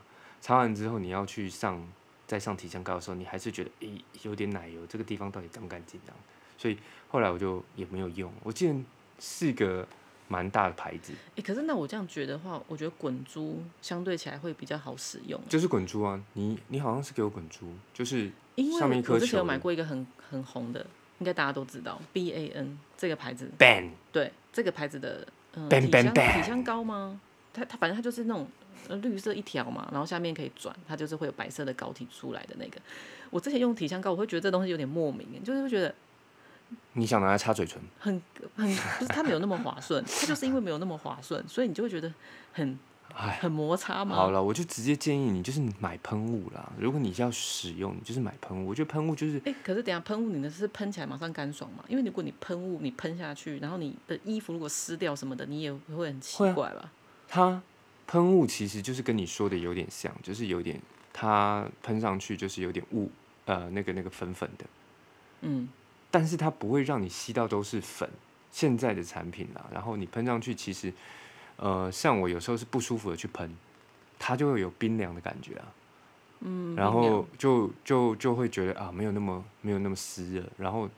Speaker 1: 擦完之后，你要去上再上体香膏的时候，你还是觉得诶、有点奶油，这个地方到底干不干净这样？所以后来我就也没有用。我记得是一个蛮大的牌子，
Speaker 2: 哎、可是那我这样觉得的话，我觉得滚珠相对起来会比较好使用，
Speaker 1: 就是滚珠啊，你你好像是给我滚珠，就是
Speaker 2: 因为
Speaker 1: 上面一
Speaker 2: 我
Speaker 1: 颗
Speaker 2: 之前
Speaker 1: 球
Speaker 2: 有买
Speaker 1: 的
Speaker 2: 过一个很很红的，应该大家都知道 B A N 这个牌子，
Speaker 1: bang
Speaker 2: 对这个牌子的嗯、呃、
Speaker 1: Ban
Speaker 2: 体
Speaker 1: Ban
Speaker 2: 香
Speaker 1: Ban
Speaker 2: 体香膏吗？它它反正它就是那种呃绿色一条嘛，然后下面可以转，它就是会有白色的膏体出来的那个。我之前用体香膏，我会觉得这东西有点莫名，就是会觉得
Speaker 1: 你想拿来擦嘴唇，
Speaker 2: 很很 不是它没有那么滑顺，它就是因为没有那么滑顺，所以你就会觉得很
Speaker 1: 哎。
Speaker 2: 很摩擦嘛。
Speaker 1: 好了，我就直接建议你就是买喷雾啦。如果你是要使用，你就是买喷雾。我觉得喷雾就是
Speaker 2: 哎、可是等一下喷雾，你的是喷起来马上干爽嘛？因为如果你喷雾，你喷下去，然后你的衣服如果湿掉什么的，你也会很奇
Speaker 1: 会啊
Speaker 2: 怪吧？
Speaker 1: 它喷雾其实就是跟你说的有点像，就是有点它喷上去就是有点雾，呃，那个那个粉粉的，
Speaker 2: 嗯，
Speaker 1: 但是它不会让你吸到都是粉。现在的产品啦，然后你喷上去，其实，呃，像我有时候是不舒服的去喷，它就会有冰凉的感觉啊，嗯，然
Speaker 2: 冰
Speaker 1: 后
Speaker 2: 凉
Speaker 1: 就就就会觉得啊，没有那么没有那么湿热，然后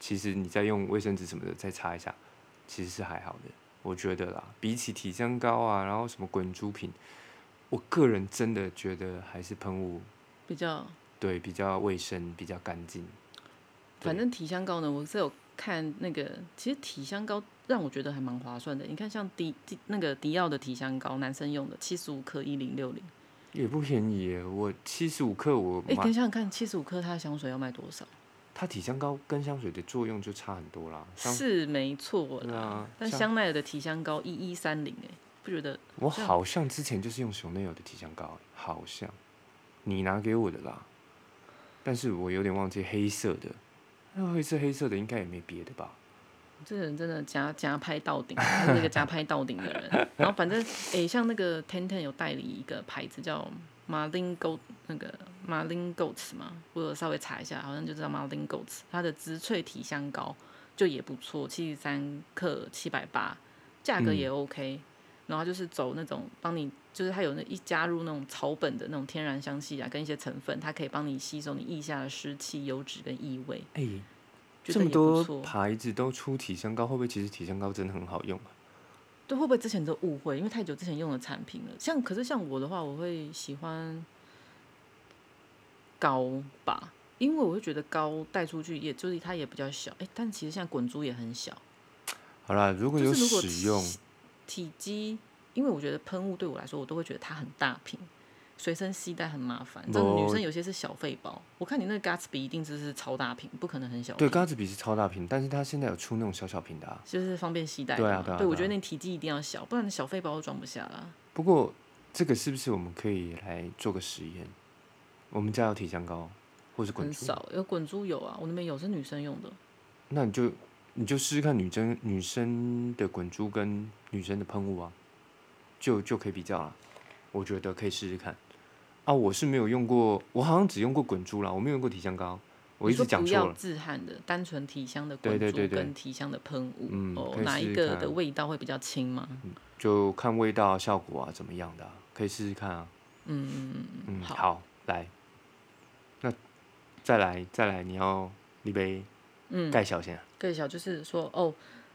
Speaker 1: 其实你再用卫生纸什么的再擦一下，其实是还好的，我觉得啦，比起体香膏啊，然后什么滚珠瓶，我个人真的觉得还是喷雾
Speaker 2: 比较
Speaker 1: 对比较卫生，比较干净，对
Speaker 2: 反正体香膏呢，我是有看那个，其实体香膏让我觉得还蛮划算的。你看，像迪迪那个迪奥的体香膏，男生用的七十五克一零六零，
Speaker 1: 也不便宜耶。我七十五克我
Speaker 2: 哎，
Speaker 1: 买，
Speaker 2: 跟想想看，七十五克它的香水要卖多少？
Speaker 1: 它体香膏跟香水的作用就差很多啦。香
Speaker 2: 是没错
Speaker 1: 对
Speaker 2: 啦，
Speaker 1: 啊，
Speaker 2: 但
Speaker 1: 像
Speaker 2: 香奈儿的体香膏一一三零，哎，不觉得？
Speaker 1: 我
Speaker 2: 像
Speaker 1: 好像之前就是用熊内友的体香膏，好像你拿给我的啦，但是我有点忘记黑色的，那黑色黑色的应该也没别的吧？
Speaker 2: 这人真的加加拍到顶，他是一个加拍到顶的人。然后反正诶、像那个 Ten Ten 有代理一个牌子叫 Marlin Goat，那个 Marlin Goats 嘛，我有稍微查一下，好像就知道 Marlin Goats，它的植萃体香膏就也不错，七十三克七百八，价格也 OK、然后就是走那种帮你，就是它有那一加入那种草本的那种天然香气啊，跟一些成分，它可以帮你吸收你腋下的湿气、油脂跟异味，
Speaker 1: 哎、
Speaker 2: 觉
Speaker 1: 这
Speaker 2: 得
Speaker 1: 么
Speaker 2: 也不
Speaker 1: 多
Speaker 2: 错。
Speaker 1: 牌子都出体香膏，会不会其实体香膏真的很好用啊？
Speaker 2: 对，会不会之前都误会？因为太久之前用的产品了。像可是像我的话，我会喜欢膏吧，因为我会觉得膏带出去，也就是它也比较小。哎，但其实现在滚珠也很小，
Speaker 1: 好啦，如果
Speaker 2: 就
Speaker 1: 有
Speaker 2: 是如果
Speaker 1: 使用，
Speaker 2: 体积，因为我觉得喷雾对我来说，我都会觉得它很大瓶，随身携带很麻烦。这女
Speaker 1: 不
Speaker 2: 生有些是小费包，我看你那个 Gatsby 一定就是超大瓶，不可能很小
Speaker 1: 对，
Speaker 2: 瓶，
Speaker 1: 嘎子比是超大瓶，但是它现在有出那种小小瓶的、啊。
Speaker 2: 就是方便携带
Speaker 1: 对
Speaker 2: 嘛。
Speaker 1: 啊对啊
Speaker 2: 我
Speaker 1: 对
Speaker 2: 觉得
Speaker 1: 啊
Speaker 2: 那体积一定要小，不然小费包都装不下啦。
Speaker 1: 不过这个是不是我们可以来做个实验？我们家有体香膏，或是滚
Speaker 2: 很
Speaker 1: 珠，
Speaker 2: 少，有滚珠有啊，我那边有是女生用的，
Speaker 1: 那你就你就试试看女生女生的滚珠跟女生的喷雾啊，就就可以比较啦。我觉得可以试试看。啊，我是没有用过，我好像只用过滚珠啦，我没有用过体香膏，我一
Speaker 2: 你说
Speaker 1: 直讲
Speaker 2: 不
Speaker 1: 错
Speaker 2: 要
Speaker 1: 了。
Speaker 2: 自汗的，单纯体香的
Speaker 1: 对
Speaker 2: 滚
Speaker 1: 对
Speaker 2: 珠
Speaker 1: 对对
Speaker 2: 跟体香的喷雾，
Speaker 1: 嗯
Speaker 2: 哦
Speaker 1: 可，以
Speaker 2: 哪
Speaker 1: 试
Speaker 2: 一
Speaker 1: 试
Speaker 2: 个
Speaker 1: 看
Speaker 2: 的味道会比较轻吗？
Speaker 1: 就看味道啊、效果啊怎么样的啊、可以试试看啊。嗯嗯
Speaker 2: 好
Speaker 1: 好，来，那再来再来，你要你杯
Speaker 2: 嗯，
Speaker 1: 盖小先啊、
Speaker 2: 更小就是说哦，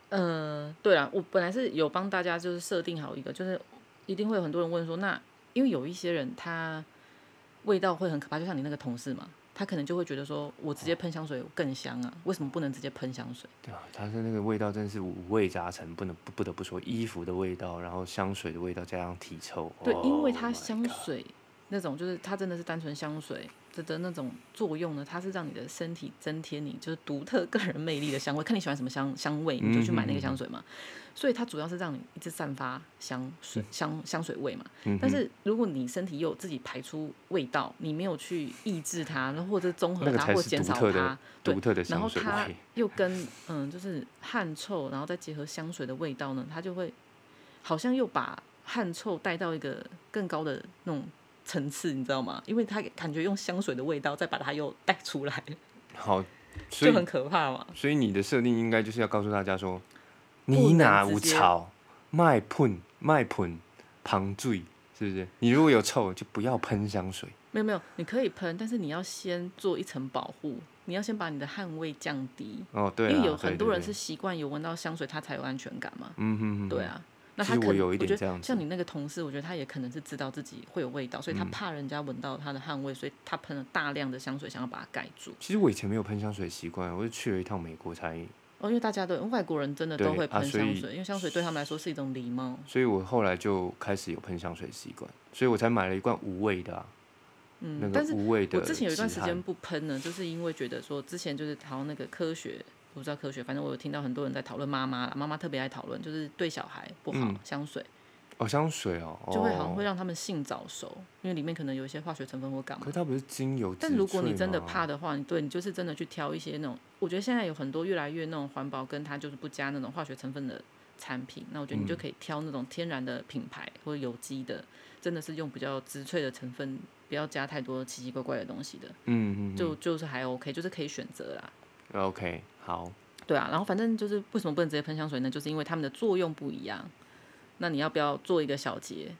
Speaker 2: 呃，对了，我本来是有帮大家就是设定好一个，就是一定会有很多人问说，那因为有一些人他味道会很可怕，就像你那个同事嘛，他可能就会觉得说我
Speaker 1: 哦
Speaker 2: 直接喷香水更香啊，为什么不能直接喷香水？
Speaker 1: 对啊，它的那个味道真是五味杂陈，不能不不得不说，衣服的味道，然后香水的味道，加上体臭。
Speaker 2: 对，因为
Speaker 1: Oh
Speaker 2: 它
Speaker 1: my
Speaker 2: 香水那种，就是它真的是单纯香水的的那种作用呢，它是让你的身体增添你就是独特个人魅力的香味，看你喜欢什么香香味，你就去买
Speaker 1: 嗯
Speaker 2: 那个香水嘛。所以它主要是让你一直散发香
Speaker 1: 嗯
Speaker 2: 水香香水味嘛。但是如果你身体又有自己排出味道，你没有去抑制它，然后或者综合
Speaker 1: 那个
Speaker 2: 它
Speaker 1: 才
Speaker 2: 或
Speaker 1: 是
Speaker 2: 减
Speaker 1: 独
Speaker 2: 少
Speaker 1: 特的
Speaker 2: 它，对
Speaker 1: 独特的
Speaker 2: 然
Speaker 1: 香
Speaker 2: 后
Speaker 1: 水
Speaker 2: 它
Speaker 1: 味。
Speaker 2: 又跟嗯，就是汗臭，然后再结合香水的味道呢，它就会好像又把汗臭带到一个更高的那种层次，你知道吗？因为它感觉用香水的味道再把它又带出来，
Speaker 1: 好，所
Speaker 2: 就
Speaker 1: 以
Speaker 2: 很可怕嘛。
Speaker 1: 所以你的设定应该就是要告诉大家说，
Speaker 2: 能
Speaker 1: 你哪有
Speaker 2: 直接
Speaker 1: 草卖喷卖喷旁醉，是不是？你如果有臭，就不要喷香水。
Speaker 2: 没有没有，你可以喷，但是你要先做一层保护，你要先把你的汗味降低，
Speaker 1: 哦，对啊，
Speaker 2: 因为有
Speaker 1: 对
Speaker 2: 很多
Speaker 1: 对
Speaker 2: 人
Speaker 1: 对
Speaker 2: 是习惯有闻到香水，它才有安全感嘛。
Speaker 1: 嗯哼哼，
Speaker 2: 对啊，那
Speaker 1: 其
Speaker 2: 他
Speaker 1: 实
Speaker 2: 可
Speaker 1: 我
Speaker 2: 能
Speaker 1: 有一
Speaker 2: 我
Speaker 1: 点
Speaker 2: 觉
Speaker 1: 这
Speaker 2: 得
Speaker 1: 样
Speaker 2: 像你那个同事，我觉得他也可能是知道自己会有味道，所以他
Speaker 1: 嗯
Speaker 2: 怕人家闻到他的汗味，所以他喷了大量的香水，想要把它盖住。
Speaker 1: 其实我以前没有喷香水的习惯，我是去了一趟美国才
Speaker 2: 哦，因为大家都外国人真的都
Speaker 1: 对
Speaker 2: 会
Speaker 1: 啊
Speaker 2: 喷
Speaker 1: 所
Speaker 2: 香
Speaker 1: 以
Speaker 2: 水，因为香水对他们来说是一种礼貌。
Speaker 1: 所以我后来就开始有喷香水的习惯，所以我才买了一罐无味的啊，
Speaker 2: 嗯，
Speaker 1: 那
Speaker 2: 但
Speaker 1: 个
Speaker 2: 是
Speaker 1: 无味的
Speaker 2: 我
Speaker 1: 止汗。
Speaker 2: 之前有一段时间不喷呢，就是因为觉得说之前就是好像那个科学，我不知道科学，反正我有听到很多人在讨论妈妈啦，妈妈特别爱讨论，就是对小孩不好、香水
Speaker 1: 哦，香水哦，
Speaker 2: 就会好像
Speaker 1: 嗯哦
Speaker 2: 会让他们性早熟，因为里面可能有一些化学成分或干嘛
Speaker 1: 可。是它不是精油，
Speaker 2: 但如果你真的，怕的话，你对你就是真的去挑一些那种，我觉得现在有很多越来越那种环保，跟它就是不加那种化学成分的产品，那我觉得你
Speaker 1: 嗯
Speaker 2: 就可以挑那种天然的品牌或者有机的，真的是用比较植萃的成分，不要加太多奇奇怪怪的东西的，
Speaker 1: 嗯嗯
Speaker 2: 就就是还 OK，就是可以选择啦。
Speaker 1: 嗯，OK，好，
Speaker 2: 对啊，然后反正就是为什么不能直接喷香水呢？就是因为它们的作用不一样。那你要不要做一个小结？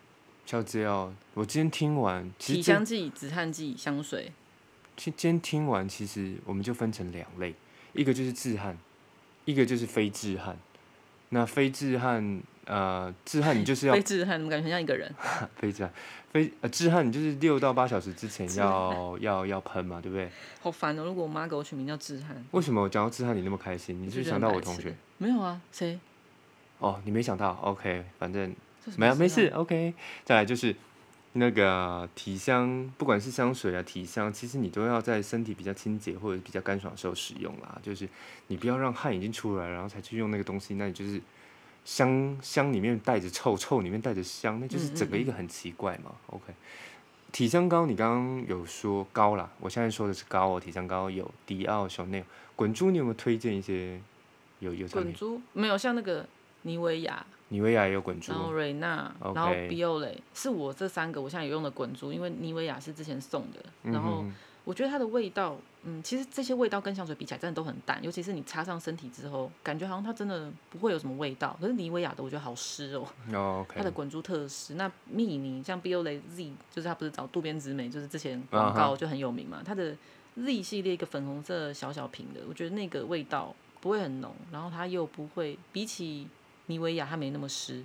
Speaker 1: 小杰哦，我今天听完，其
Speaker 2: 体
Speaker 1: 实今
Speaker 2: 香剂、止汗剂、香水，
Speaker 1: 今天听完，其实我们就分成两类，一个就是自汗，一个就是非自汗。那非自汗，呃，志汉你就是要
Speaker 2: 被震撼，怎么感觉很像一个人？
Speaker 1: 非志汉，非呃志汉你就是六到八小时之前
Speaker 2: 志
Speaker 1: 要要要喷嘛，对不对？
Speaker 2: 好烦哦！如果我妈给我取名叫志汉，
Speaker 1: 为什么我讲到志汉你那么开心？你
Speaker 2: 我
Speaker 1: 是
Speaker 2: 就
Speaker 1: 不是
Speaker 2: 觉得
Speaker 1: 想到
Speaker 2: 很
Speaker 1: 我
Speaker 2: 白
Speaker 1: 同
Speaker 2: 痴
Speaker 1: 学？？
Speaker 2: 没有啊，谁？
Speaker 1: 哦，你没想到，OK，反正
Speaker 2: 这什么
Speaker 1: 没有没
Speaker 2: 啊
Speaker 1: 事。，OK。再来就是那个体香，不管是香水啊、体香，其实你都要在身体比较清洁或者比较干爽的时候使用啦。就是你不要让汗已经出来了，然后才去用那个东西，那你就是香香里面带着臭，臭里面带着香，那就是
Speaker 2: 嗯嗯
Speaker 1: 整个一个很奇怪嘛。OK。体香膏，你刚刚有说膏啦，我现在说的是膏哦。体香膏有迪奥、Chanel、滚珠，你有没有推荐一些？有有产
Speaker 2: 滚
Speaker 1: 品，
Speaker 2: 珠没有，像那个妮维雅，
Speaker 1: 妮维雅也有滚珠
Speaker 2: 然，后瑞娜，
Speaker 1: OK
Speaker 2: 然后 Biore，是我这三个我现在有用的滚珠，因为妮维雅是之前送的，然后
Speaker 1: 嗯哼
Speaker 2: 我觉得它的味道，嗯，其实这些味道跟香水比起来真的都很淡，尤其是你擦上身体之后，感觉好像它真的不会有什么味道。可是妮维雅的我觉得好湿哦，
Speaker 1: 哼哦，OK，
Speaker 2: 它的滚珠特湿。那蜜妮像 Biore Z，就是它不是找渡边直美，就是之前
Speaker 1: 啊哈
Speaker 2: 广告就很有名嘛，它的 Z 系列一个粉红色小小瓶的，我觉得那个味道不会很浓，然后它又不会比起妮维雅它没那么湿。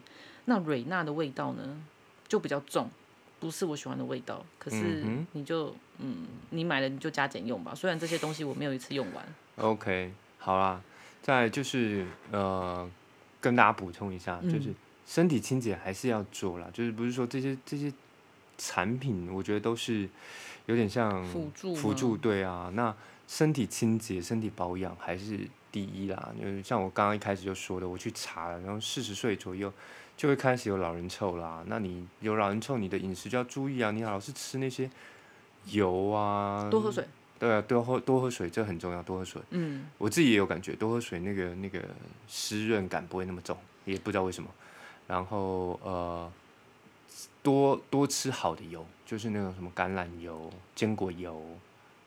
Speaker 2: 那蕊娜的味道呢就比较重，不是我喜欢的味道。可是
Speaker 1: 嗯
Speaker 2: 你就嗯你买了你就加减用吧。虽然这些东西我没有一次用完，
Speaker 1: OK，好啦，再来就是呃，跟大家补充一下，
Speaker 2: 嗯
Speaker 1: 就是身体清洁还是要做啦，就是不是说这些这些产品，我觉得都是有点像
Speaker 2: 辅助
Speaker 1: 辅
Speaker 2: 吗
Speaker 1: 助，对啊，那身体清洁、身体保养还是第一啦。就是像我刚刚一开始就说的，我去查了，然后四十岁左右就会开始有老人臭啦。那你有老人臭，你的饮食就要注意啊，你老是吃那些油啊，
Speaker 2: 多喝水。
Speaker 1: 对啊，多喝多喝水，这很重要，多喝水。
Speaker 2: 嗯，
Speaker 1: 我自己也有感觉，多喝水那个那个湿润感不会那么重，也不知道为什么。然后呃，多多吃好的油，就是那种什么橄榄油、坚果油，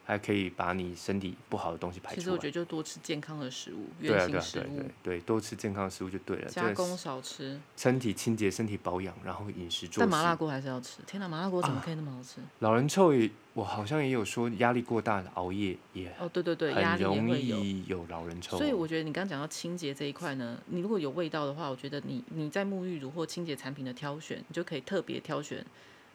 Speaker 1: 还可以把你身体不好的东西排
Speaker 2: 其实
Speaker 1: 出
Speaker 2: 我
Speaker 1: 来
Speaker 2: 觉。得就多吃健康的食物，
Speaker 1: 对
Speaker 2: 原
Speaker 1: 啊，对
Speaker 2: 形
Speaker 1: 啊，对
Speaker 2: 食
Speaker 1: 啊对
Speaker 2: 物。
Speaker 1: 对，多吃健康的食物就对了。
Speaker 2: 加
Speaker 1: 这
Speaker 2: 工少吃，
Speaker 1: 身体清洁、身体保养，然后饮食作
Speaker 2: 但麻
Speaker 1: 息。
Speaker 2: 辣锅还是要吃。天哪，麻辣锅怎么可以那么好吃？
Speaker 1: 老人臭也，我好像也有说，压力过大的熬夜也
Speaker 2: 哦，对对对，
Speaker 1: 很
Speaker 2: 压力也
Speaker 1: 容
Speaker 2: 会有。
Speaker 1: 易有老人臭哦。
Speaker 2: 所以我觉得你刚刚讲到清洁这一块呢，你如果有味道的话，我觉得你你在沐浴乳或清洁产品的挑选，你就可以特别挑选，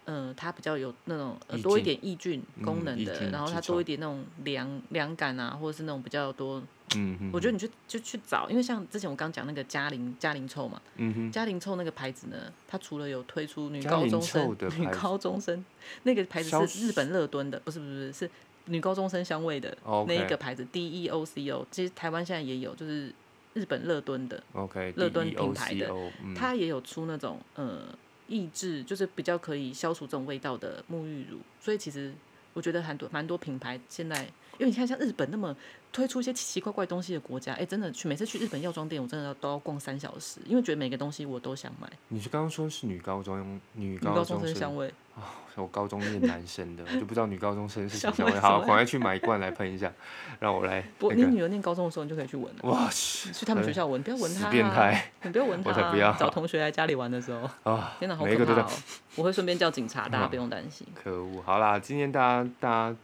Speaker 2: 呃，它比较有那种、呃、
Speaker 1: 抑
Speaker 2: 多
Speaker 1: 菌
Speaker 2: 一点抑菌功
Speaker 1: 嗯
Speaker 2: 能
Speaker 1: 抑
Speaker 2: 的，
Speaker 1: 菌
Speaker 2: 然后
Speaker 1: 除
Speaker 2: 它多
Speaker 1: 臭
Speaker 2: 一点那种凉凉感啊，或者是那种比较多。
Speaker 1: 嗯哼，
Speaker 2: 我觉得你去就去找，因为像之前我刚讲那个嘉玲嘉玲臭嘛，
Speaker 1: 嗯哼。
Speaker 2: 嘉玲臭那个牌子呢，它除了有推出女
Speaker 1: 嘉
Speaker 2: 高
Speaker 1: 玲
Speaker 2: 中
Speaker 1: 臭
Speaker 2: 生
Speaker 1: 的
Speaker 2: 女
Speaker 1: 牌子
Speaker 2: 高中生那个牌
Speaker 1: 消
Speaker 2: 子是日本乐敦的，不是不是是女高中生香味的
Speaker 1: OK
Speaker 2: 那一个牌子 D E O C O，其实台湾现在也有，就是日本乐敦的，
Speaker 1: OK，
Speaker 2: 乐
Speaker 1: D
Speaker 2: 敦
Speaker 1: E
Speaker 2: 品
Speaker 1: O
Speaker 2: 牌
Speaker 1: C
Speaker 2: 的
Speaker 1: O，嗯，
Speaker 2: 它也有出那种呃抑制，就是比较可以消除这种味道的沐浴乳，所以其实我觉得很多蛮多品牌现在，因为你看像日本那么推出一些奇奇怪怪东西的国家，哎、真的去每次去日本药妆店，我真的要都要逛三小时，因为觉得每个东西我都想买。
Speaker 1: 你是刚刚说是女高中女
Speaker 2: 女高
Speaker 1: 中
Speaker 2: 中生
Speaker 1: 生
Speaker 2: 香，味，
Speaker 1: 我高中念男生的，我就不知道女高中 生是什么香
Speaker 2: 香
Speaker 1: 味。
Speaker 2: 味
Speaker 1: 好，
Speaker 2: 什么
Speaker 1: 赶快去买一罐来喷一 下，让我来
Speaker 2: 不，
Speaker 1: 那
Speaker 2: 你
Speaker 1: 个，
Speaker 2: 女儿念高中的时候，你就可以去闻了。
Speaker 1: 哇去
Speaker 2: 去他们学校闻，不要闻
Speaker 1: 死
Speaker 2: 它、啊。
Speaker 1: 变态！
Speaker 2: 你不要闻它、
Speaker 1: 我
Speaker 2: 啊。
Speaker 1: 才不要
Speaker 2: 找同学来家里玩的时候，
Speaker 1: 啊，
Speaker 2: 天哪，好
Speaker 1: 每一
Speaker 2: 可
Speaker 1: 个都
Speaker 2: 怕
Speaker 1: 在啊
Speaker 2: 哦！我会顺便叫警察，大家不用担心。
Speaker 1: 可恶！好啦，今天大家大家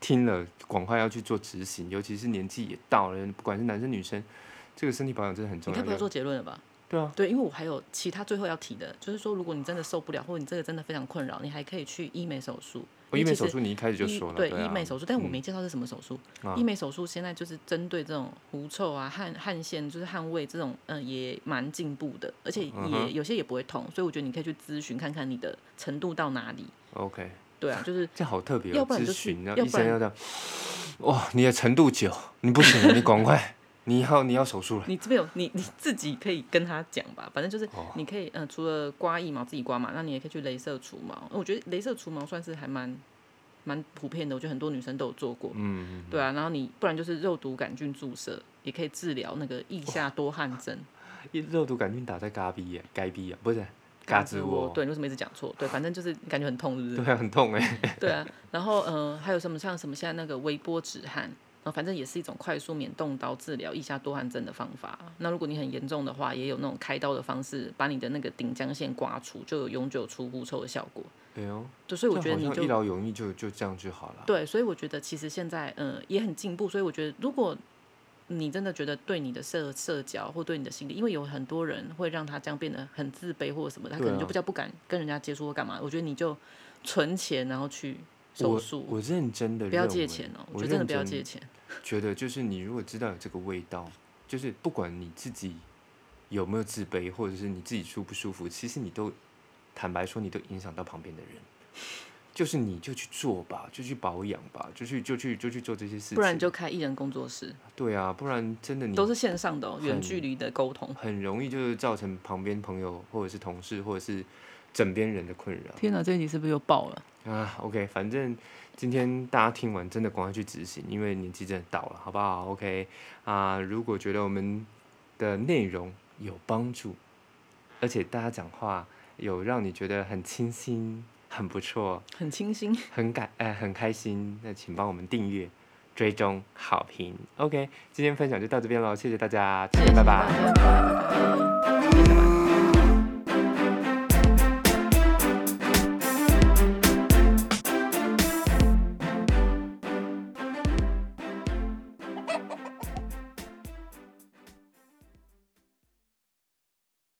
Speaker 1: 听了，赶快要去做执行，尤其是年纪也到了，不管是男生女生，这个身体保养真的很
Speaker 2: 你
Speaker 1: 重
Speaker 2: 该
Speaker 1: 要。
Speaker 2: 不要
Speaker 1: 要
Speaker 2: 做结论了吧？
Speaker 1: 对啊，
Speaker 2: 对，因为我还有其他最后要提的，就是说，如果你真的受不了，或者你这个真的非常困扰，你还可以去医美手术。
Speaker 1: 我
Speaker 2: 因
Speaker 1: 医美
Speaker 2: 为其实
Speaker 1: 手术你一开始就
Speaker 2: 医
Speaker 1: 说了，
Speaker 2: 对
Speaker 1: 对啊
Speaker 2: 医美手术，但我
Speaker 1: 嗯
Speaker 2: 没介绍是什么手术。
Speaker 1: 啊
Speaker 2: 医美手术现在就是针对这种狐臭啊、汗汗腺，就是汗味这种，嗯、也蛮进步的，而且也、
Speaker 1: 嗯哼
Speaker 2: 有些也不会痛，所以我觉得你可以去咨询看看你的程度到哪里。
Speaker 1: OK，
Speaker 2: 对啊，就是
Speaker 1: 这好特别、哦，
Speaker 2: 要不然
Speaker 1: 咨
Speaker 2: 就
Speaker 1: 询，
Speaker 2: 去
Speaker 1: 然后
Speaker 2: 要
Speaker 1: 医
Speaker 2: 不
Speaker 1: 生
Speaker 2: 然
Speaker 1: 要这样， 哇，你的程度九，你不行了，你赶快， 你要你要手术了，
Speaker 2: 你这边有你你自己可以跟他讲吧，反正就是
Speaker 1: 哦
Speaker 2: 你可以，嗯、除了刮腋毛自己刮嘛，那你也可以去镭射除毛。呃我觉得镭射除毛算是还蛮蛮普遍的，我觉得很多女生都有做过。
Speaker 1: 嗯，
Speaker 2: 对啊，然后你不然就是肉毒杆菌注射，也可以治疗那个腋下多汗症。
Speaker 1: 一肉毒杆菌打在嘎逼耶，该逼啊，不是嘎吱窝，
Speaker 2: 对，你为什么一直讲错？对，反正就是感觉很痛，是不
Speaker 1: 对
Speaker 2: 是？
Speaker 1: 啊，很痛哎，
Speaker 2: 对啊，然后呃，还有什么像什么现在那个微波止汗，然后反正也是一种快速免动刀治疗腋下多汗症的方法。那如果你很严重的话，也有那种开刀的方式，把你的那个顶浆腺刮除，就有永久除狐臭的效果。
Speaker 1: 哎呦，
Speaker 2: 对，所以我觉得
Speaker 1: 这
Speaker 2: 你
Speaker 1: 好像
Speaker 2: 就
Speaker 1: 一劳永逸就就这样就好了，
Speaker 2: 对，所以我觉得其实现在嗯、呃也很进步，所以我觉得如果你真的觉得对你的社社交或对你的心理，因为有很多人会让他这样变得很自卑或者什么，他可
Speaker 1: 对
Speaker 2: 能
Speaker 1: 啊
Speaker 2: 就比较不敢跟人家接触或干嘛。我觉得你就存钱，然后去手
Speaker 1: 我
Speaker 2: 术，
Speaker 1: 我认真的
Speaker 2: 不要借钱哦、我
Speaker 1: 我
Speaker 2: 觉得真的
Speaker 1: 认
Speaker 2: 不要
Speaker 1: 真
Speaker 2: 借钱。
Speaker 1: 觉得就是你如果知道有这个味道，就是不管你自己有没有自卑，或者是你自己舒不舒服，其实你都坦白说，你都影响到旁边的人。就是你就去做吧，就去保养吧，就去就去就去做这些事情。
Speaker 2: 不然你就开艺人工作室，
Speaker 1: 对啊，不然真的你
Speaker 2: 都是线上的、哦，远
Speaker 1: 很
Speaker 2: 距离的沟通。
Speaker 1: 很容易就是造成旁边朋友或者是同事或者是枕边人的困扰。
Speaker 2: 天哪，这一集是不是又爆了？
Speaker 1: 啊，OK，反正今天大家听完真的赶快去执行，因为年纪真的到了，好不好？OK，啊，如果觉得我们的内容有帮助，而且大家讲话有让你觉得很清新、很不错、
Speaker 2: 很清新，
Speaker 1: 很感哎、很开心，那请帮我们订阅、追踪、好评。OK，今天分享就到这边喽，谢谢大家，
Speaker 2: 谢
Speaker 1: 拜
Speaker 2: 谢
Speaker 1: 拜。
Speaker 2: 大家拜拜